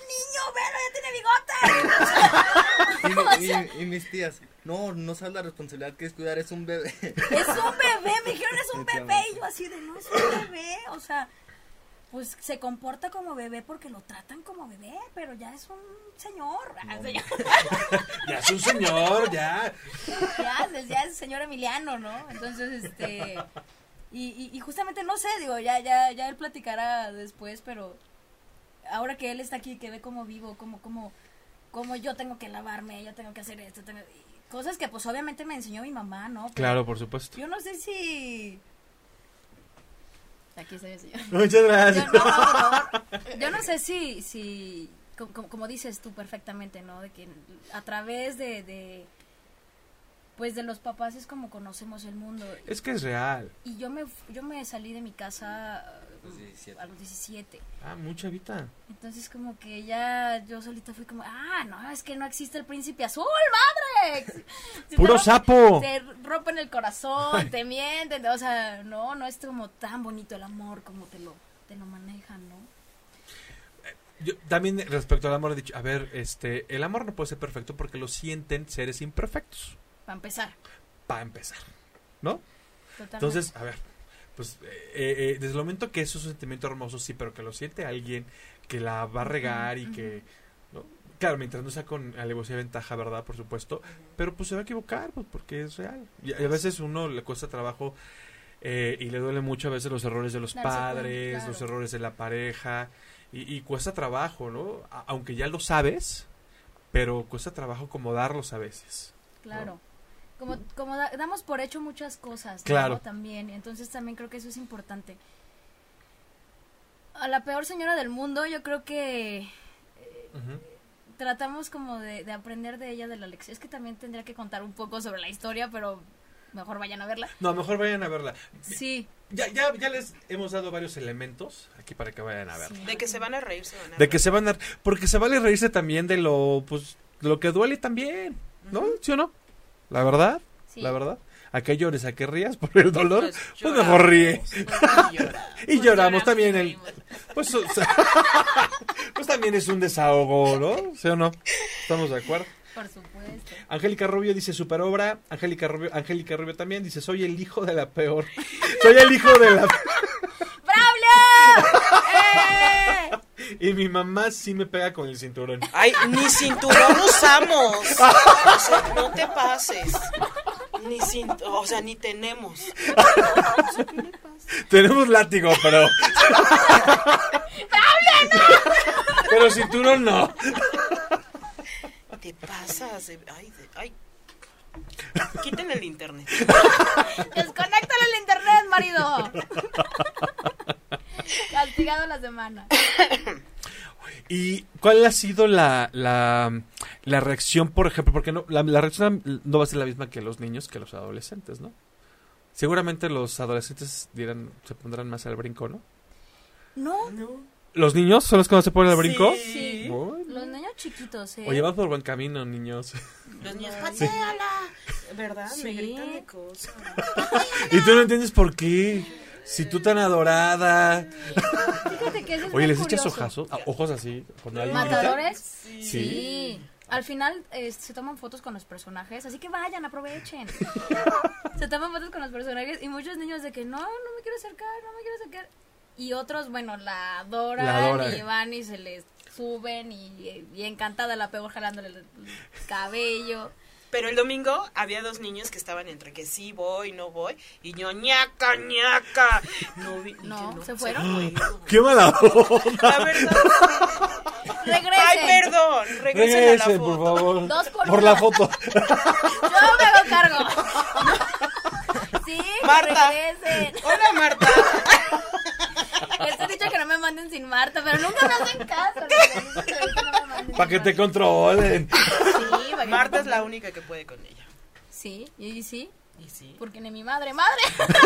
S3: niño? Velo, ya tiene bigote.
S8: Y, mi- y- y mis tías, no, no sabes la responsabilidad que es cuidar, es un bebé.
S3: Es un bebé, me dijeron es un bebé. Y yo así de, no, es un bebé. O sea, pues se comporta como bebé porque lo tratan como bebé, pero ya es un señor. Ah, señor.
S2: Ya es un señor, ya.
S3: ¿Qué haces? Ya es señor Emiliano, ¿no? Entonces, este... Y, y- y justamente, no sé, digo, ya, ya, ya él platicará después, pero ahora que él está aquí, que ve cómo vivo, cómo, cómo, cómo yo tengo que lavarme, yo tengo que hacer esto, tengo- y cosas que pues obviamente me enseñó mi mamá, ¿no? Pero
S2: Claro, por supuesto.
S3: Yo no sé si... Aquí está el señor.
S2: Muchas
S3: Yo
S2: gracias.
S3: no, por favor. Yo no sé si, si co- co- como, dices tú perfectamente, ¿no? De que a través de, de, pues de los papás es como conocemos el mundo.
S2: Es que es real.
S3: Y yo me, fu- yo me salí de mi casa
S8: Los
S3: eh,
S8: 17.
S3: a los 17.
S2: Ah, mucha vida.
S3: Entonces como que ya yo solita fui como, ah, no, es que no existe el príncipe azul, madre. Si te
S2: ¡Puro
S3: rompen-
S2: sapo!
S3: Te rompen el corazón, te mienten, o sea, no, no es como tan bonito el amor como te lo, te lo manejan, ¿no?
S2: Yo, también respecto al amor he dicho, a ver, este, el amor no puede ser perfecto porque lo sienten seres imperfectos,
S3: Para empezar.
S2: para empezar.
S3: Totalmente.
S2: Entonces, a ver, pues eh, eh, desde el momento que eso es un sentimiento hermoso, sí, pero que lo siente alguien que la va a regar y que... ¿no? Claro, mientras no sea con alevosía y ventaja, ¿verdad? Por supuesto, pero pues se va a equivocar, pues porque es real. Y, a- y a veces uno le cuesta trabajo eh, y le duele mucho a veces los errores de los
S3: Darse cuenta,
S2: padres,
S3: claro.
S2: los errores de la pareja, y, y cuesta trabajo, ¿no? A- aunque ya lo sabes, pero cuesta trabajo acomodarlos a veces.
S3: claro. Como, como da- damos por hecho muchas cosas, ¿no?
S2: Claro.
S3: También, entonces también creo que eso es importante. A la peor señora del mundo, yo creo que
S2: Ujú.
S3: tratamos como de, de aprender de ella de la lección. Es que también tendría que contar un poco sobre la historia, pero mejor vayan a verla.
S2: No, mejor vayan a verla.
S3: Sí.
S2: Ya, ya, ya les hemos dado varios elementos aquí para que vayan a ver.
S3: sí.
S5: De que se van a reír, se van a
S2: De que se van a... Porque se vale reírse también de lo, pues, de lo que duele también, ¿no? ¿Sí o no? La verdad,
S3: Sí.
S2: la verdad. ¿A qué llores, a qué rías por el dolor? Pues, mejor
S5: lloramos,
S2: ríe.
S5: pues, lloramos.
S2: Y lloramos también. El, pues, o sea, pues también es un desahogo, ¿no? ¿Sí o no? Estamos de acuerdo.
S3: Por supuesto.
S2: Angélica Rubio dice super obra. Angélica Rubio, Angélica Rubio también dice, soy el hijo de la peor. Soy el hijo de la
S3: ¡Braulio! ¡Eh!
S2: Y mi mamá sí me pega con el cinturón.
S5: Ay, ni cinturón usamos. O sea, no te pases. Ni cintu- o sea, ni tenemos.
S2: Tenemos látigo, pero. Pero cinturón no.
S5: Te pasas. de- Ay, de- ay. Quiten el internet.
S3: Desconéctalo al internet, marido. Castigado la semana.
S2: ¿Y cuál ha sido la, la, la reacción, por ejemplo? Porque no, la, la reacción no va a ser la misma que los niños, que los adolescentes, ¿no? Seguramente los adolescentes dirán, se pondrán más al brinco, ¿no?
S3: No,
S2: ¿Los niños son los que más se ponen al brinco?
S3: Sí.
S2: Bueno.
S3: los niños chiquitos, ¿eh?
S2: Oye, vas por buen camino, niños.
S5: Los niños, paséala. ¿Verdad? Me
S3: Sí.
S5: gritan de cosas.
S2: Y tú no entiendes por qué. Si tú tan adorada.
S3: Fíjate que eso es
S2: Oye, ¿les
S3: bien
S2: echas
S3: curioso.
S2: ojazos? Ah, Ojos así. Con alguien
S3: ¿Matadores?
S5: Sí.
S3: Sí. Al final eh, se toman fotos con los personajes, así que vayan, aprovechen. se toman fotos con los personajes y muchos niños de que no, no me quiero acercar, no me quiero acercar. Y otros, bueno, la adoran,
S2: La adoran.
S3: y van y se les suben y, y encantada la peor jalándole el el cabello.
S5: Pero el domingo había dos niños que estaban entre que sí voy, no voy, y yo ñaca, ñaca. No, vi-
S3: No,
S5: dije,
S3: ¿se fueron?
S9: ¡Qué mala
S5: La verdad.
S3: Regresen.
S5: Ay, perdón. Regresen a
S2: por
S5: la foto.
S2: favor.
S3: Dos por
S2: por
S3: una.
S2: la foto.
S3: Yo me hago cargo. Sí, que
S5: Marta.
S3: regresen.
S5: Hola, Marta.
S3: Les he Este dicho que no me manden sin Marta, pero nunca me hacen caso. les he dicho que ahorita no me manden sin
S2: Para que te
S3: Marta.
S2: controlen.
S3: Sí, para que-
S5: Marta es la única que puede con ella.
S3: Sí, y y sí,
S5: Y sí.
S3: porque ni mi madre, madre.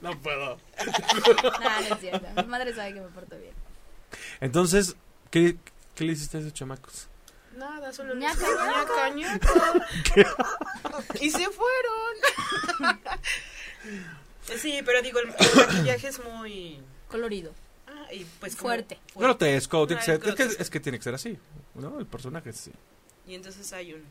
S2: No puedo.
S3: Nah, no es cierto. Mi madre sabe que me porto bien.
S2: Entonces, ¿qué, qué le hiciste a esos chamacos?
S5: Nada, solo
S3: Ñaca,
S5: les-
S3: ñaca.
S5: ñaca, ñaca. Y se fueron. Sí, pero digo, el, el maquillaje es muy...
S3: Colorido.
S5: ah, y pues como-
S3: Fuerte.
S2: Grotesco. tiene que ser-
S5: Ay,
S2: es, que,
S5: grotesco.
S2: es que tiene que ser así. ¿No? El personaje es así.
S5: Y entonces hay un...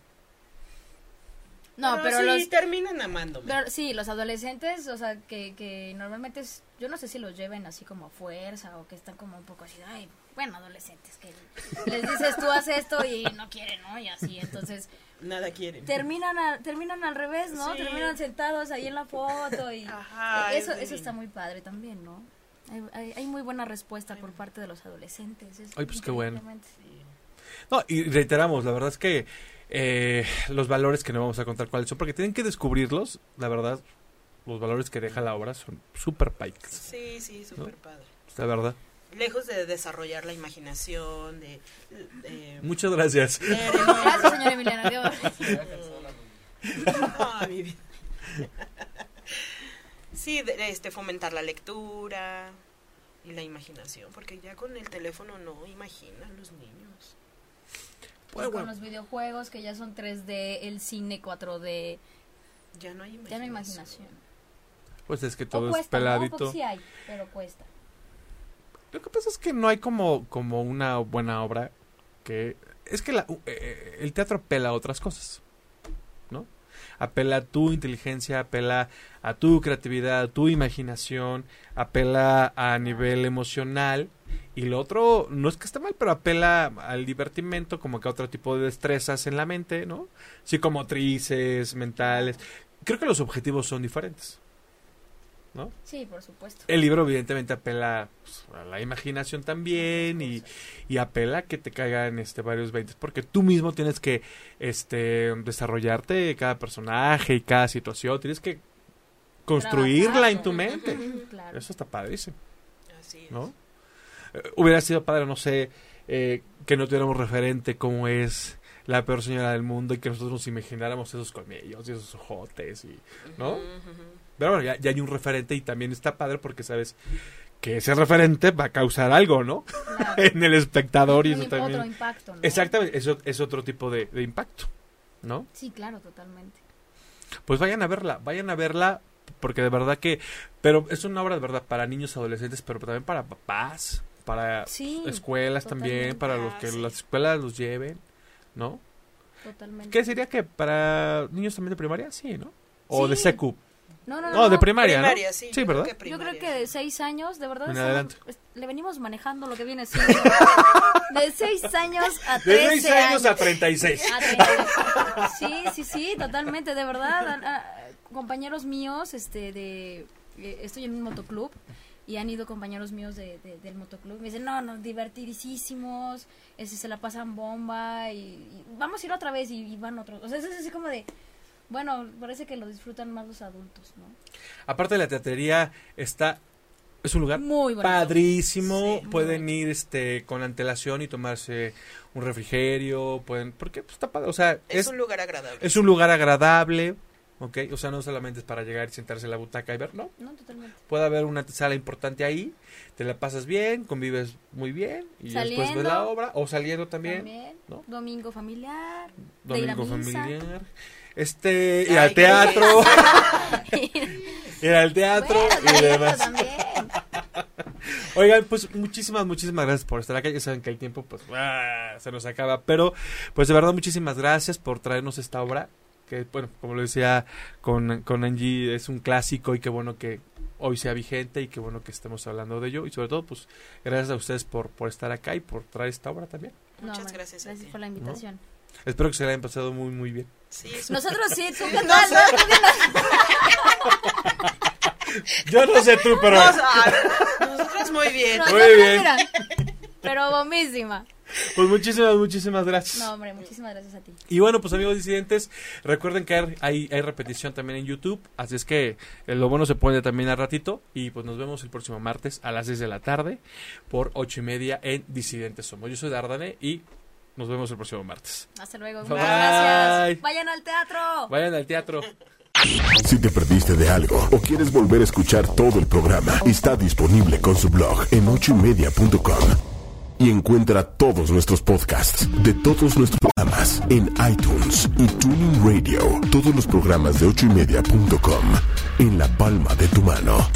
S3: No, pero
S5: sí,
S3: los...
S5: terminan amándome.
S3: pero sí, los adolescentes, o sea, que, que normalmente es- yo no sé si los lleven así como a fuerza o que están como un poco así, de, ay, bueno, adolescentes, que les dices tú haz esto y no quieren, ¿no? Y así, entonces
S5: Nada quieren.
S3: terminan a- terminan al revés, ¿no?
S5: Sí.
S3: Terminan sentados ahí en la foto y
S5: Ajá,
S3: eso, eso
S5: es divino.
S3: está muy padre también, ¿no? Hay, hay- hay muy buena respuesta por parte de los adolescentes. es
S2: Ay, pues, qué bueno.
S3: increíblemente-
S2: No, y reiteramos, la verdad es que eh, los valores que no vamos a contar cuáles son, porque tienen que descubrirlos, la verdad, los valores que deja la obra son súper pikes,
S5: Sí, sí, súper padre.
S2: la verdad.
S5: Lejos de desarrollar la imaginación, de... de-
S2: Muchas gracias.
S5: leer el
S3: Gracias, señor Emiliano. Dios.
S5: Ah, mi vida. Sí, de- este, fomentar la lectura y la imaginación, porque ya con el teléfono no imaginan los niños.
S3: Y con los videojuegos que ya son 3D, el cine 4D,
S5: Ya no hay imaginación.
S3: ya no hay imaginación.
S2: Pues es que
S3: O
S2: todo es
S3: cuesta, ¿no?
S2: peladito.
S3: Porque sí hay, pero cuesta.
S2: Lo que pasa es que no hay como, como una buena obra que... Es que la- eh, el teatro apela a otras cosas, ¿no? Apela a tu inteligencia, apela a tu creatividad, a tu imaginación, apela a nivel emocional. Y lo otro, no es que esté mal, pero apela al divertimento, como que a otro tipo de destrezas en la mente, ¿no? Psicomotrices, mentales. Creo que los objetivos son diferentes.
S3: Sí, por supuesto.
S2: El libro evidentemente apela pues, a la imaginación también y, y apela a que te caigan este, varios 20 porque tú mismo tienes que este, desarrollarte cada personaje y cada situación, tienes que construirla en tu mente.
S3: Ujú, Claro.
S2: Eso está padrísimo,
S5: Así es.
S2: ¿no? Eh, hubiera sido padre, no sé, eh, que no tuviéramos referente cómo es la peor señora del mundo y que nosotros nos imagináramos esos colmillos y esos ojotes y ¿no?
S5: Ujú, ujú.
S2: pero bueno, ya, ya hay un referente y también está padre porque sabes que ese referente va a causar algo, ¿no?
S3: claro.
S2: en el espectador y
S3: Un-
S2: eso
S3: Otro
S2: también.
S3: impacto, ¿no?
S2: Exactamente, eso es otro tipo de, de impacto, ¿no?
S3: Sí, claro, totalmente.
S2: Pues vayan a verla, vayan a verla porque de verdad que, pero es una obra de verdad para niños, adolescentes, pero también para papás, para
S3: Sí,
S2: escuelas también,
S3: totalmente.
S2: para los que
S5: Ah, sí.
S2: las escuelas los lleven, ¿no?
S3: totalmente.
S2: ¿Qué sería que para niños también de primaria? Sí, ¿no? O de
S3: Sí. Ah,
S2: secu.
S3: No, no, no.
S2: No, de
S3: no.
S2: primaria, ¿no?
S5: Primaria, sí.
S2: Sí,
S5: yo creo
S2: ¿verdad?
S3: Yo creo
S5: primaria.
S3: que de seis años, de verdad,
S2: En
S3: estamos-
S2: adelante.
S3: es- le venimos manejando lo que viene siendo. De seis años a
S2: De
S3: 13
S2: 6 años a 36.
S3: Ah, Sí, sí, sí, totalmente, de verdad. a- a- compañeros míos, este, de, eh, estoy en un motoclub y han ido compañeros míos de, de- del motoclub. Me dicen, no, no, divertidísimos, ese, se la pasan bomba y, y vamos a ir otra vez y, y van otros. O sea, es así como de, bueno, parece que lo disfrutan más los adultos, ¿no?
S2: Aparte de la teatería, está. Es un lugar
S3: Muy bonito.
S2: padrísimo.
S3: Sí,
S2: pueden
S3: muy
S2: ir este con antelación y tomarse un refrigerio. Pueden. Porque pues, está padre. O sea,
S5: Es,
S2: es,
S5: un lugar agradable.
S2: es un lugar agradable. ¿Ok? O sea, no solamente es para llegar y sentarse en la butaca y ver, no.
S3: No, totalmente.
S2: Puede haber una sala importante ahí. Te la pasas bien, convives muy bien. Y ya después ves
S3: Saliendo.
S2: la obra. O saliendo también.
S3: También,
S2: ¿no?
S3: domingo familiar, de ir a
S2: Domingo
S3: misa.
S2: familiar. Este. Ir
S5: Ay,
S2: al
S5: qué
S2: teatro. ir al teatro.
S3: Bueno,
S2: y demás.
S3: también.
S2: Oigan, pues muchísimas, muchísimas gracias por estar acá. Ya saben que el tiempo pues ah, se nos acaba, pero pues de verdad muchísimas gracias por traernos esta obra. que que bueno, como lo decía con, con Angie, es un clásico y qué bueno que hoy sea vigente y qué bueno que estemos hablando de ello. Y sobre todo, pues, gracias a ustedes por, por estar acá y por traer esta obra también.
S5: Muchas
S3: hombre,
S5: gracias a
S3: Gracias
S5: ti.
S3: por la invitación.
S2: Espero que se la hayan pasado muy, muy bien.
S5: Sí, es un-
S10: Nosotros sí, tú qué tal, ¿no? ¿Tú qué tal?
S2: Yo no sé tú, pero...
S5: Nos- ah, nosotras muy bien.
S10: No,
S2: Muy
S10: nosotros,
S2: bien.
S10: mira, Pero bombísima.
S2: Pues muchísimas, muchísimas gracias.
S10: No, hombre, muchísimas gracias a ti.
S2: Y bueno, pues amigos disidentes, recuerden que hay, hay, hay repetición también en YouTube, así es que eh, lo bueno se pone también a ratito y pues nos vemos el próximo martes a las 6 de la tarde por 8 y media en Disidentes Somos. Yo soy Dardane y nos vemos el próximo martes.
S10: Hasta luego.
S2: Bye.
S10: Muchas gracias. Vayan al teatro.
S2: Vayan al teatro.
S1: Si te perdiste de algo o quieres volver a escuchar todo el programa, está disponible con su blog en ochoymedia.com. Y encuentra todos nuestros podcasts de todos nuestros programas en iTunes y Tuning Radio. Todos los programas de ochoymedia.com en la palma de tu mano.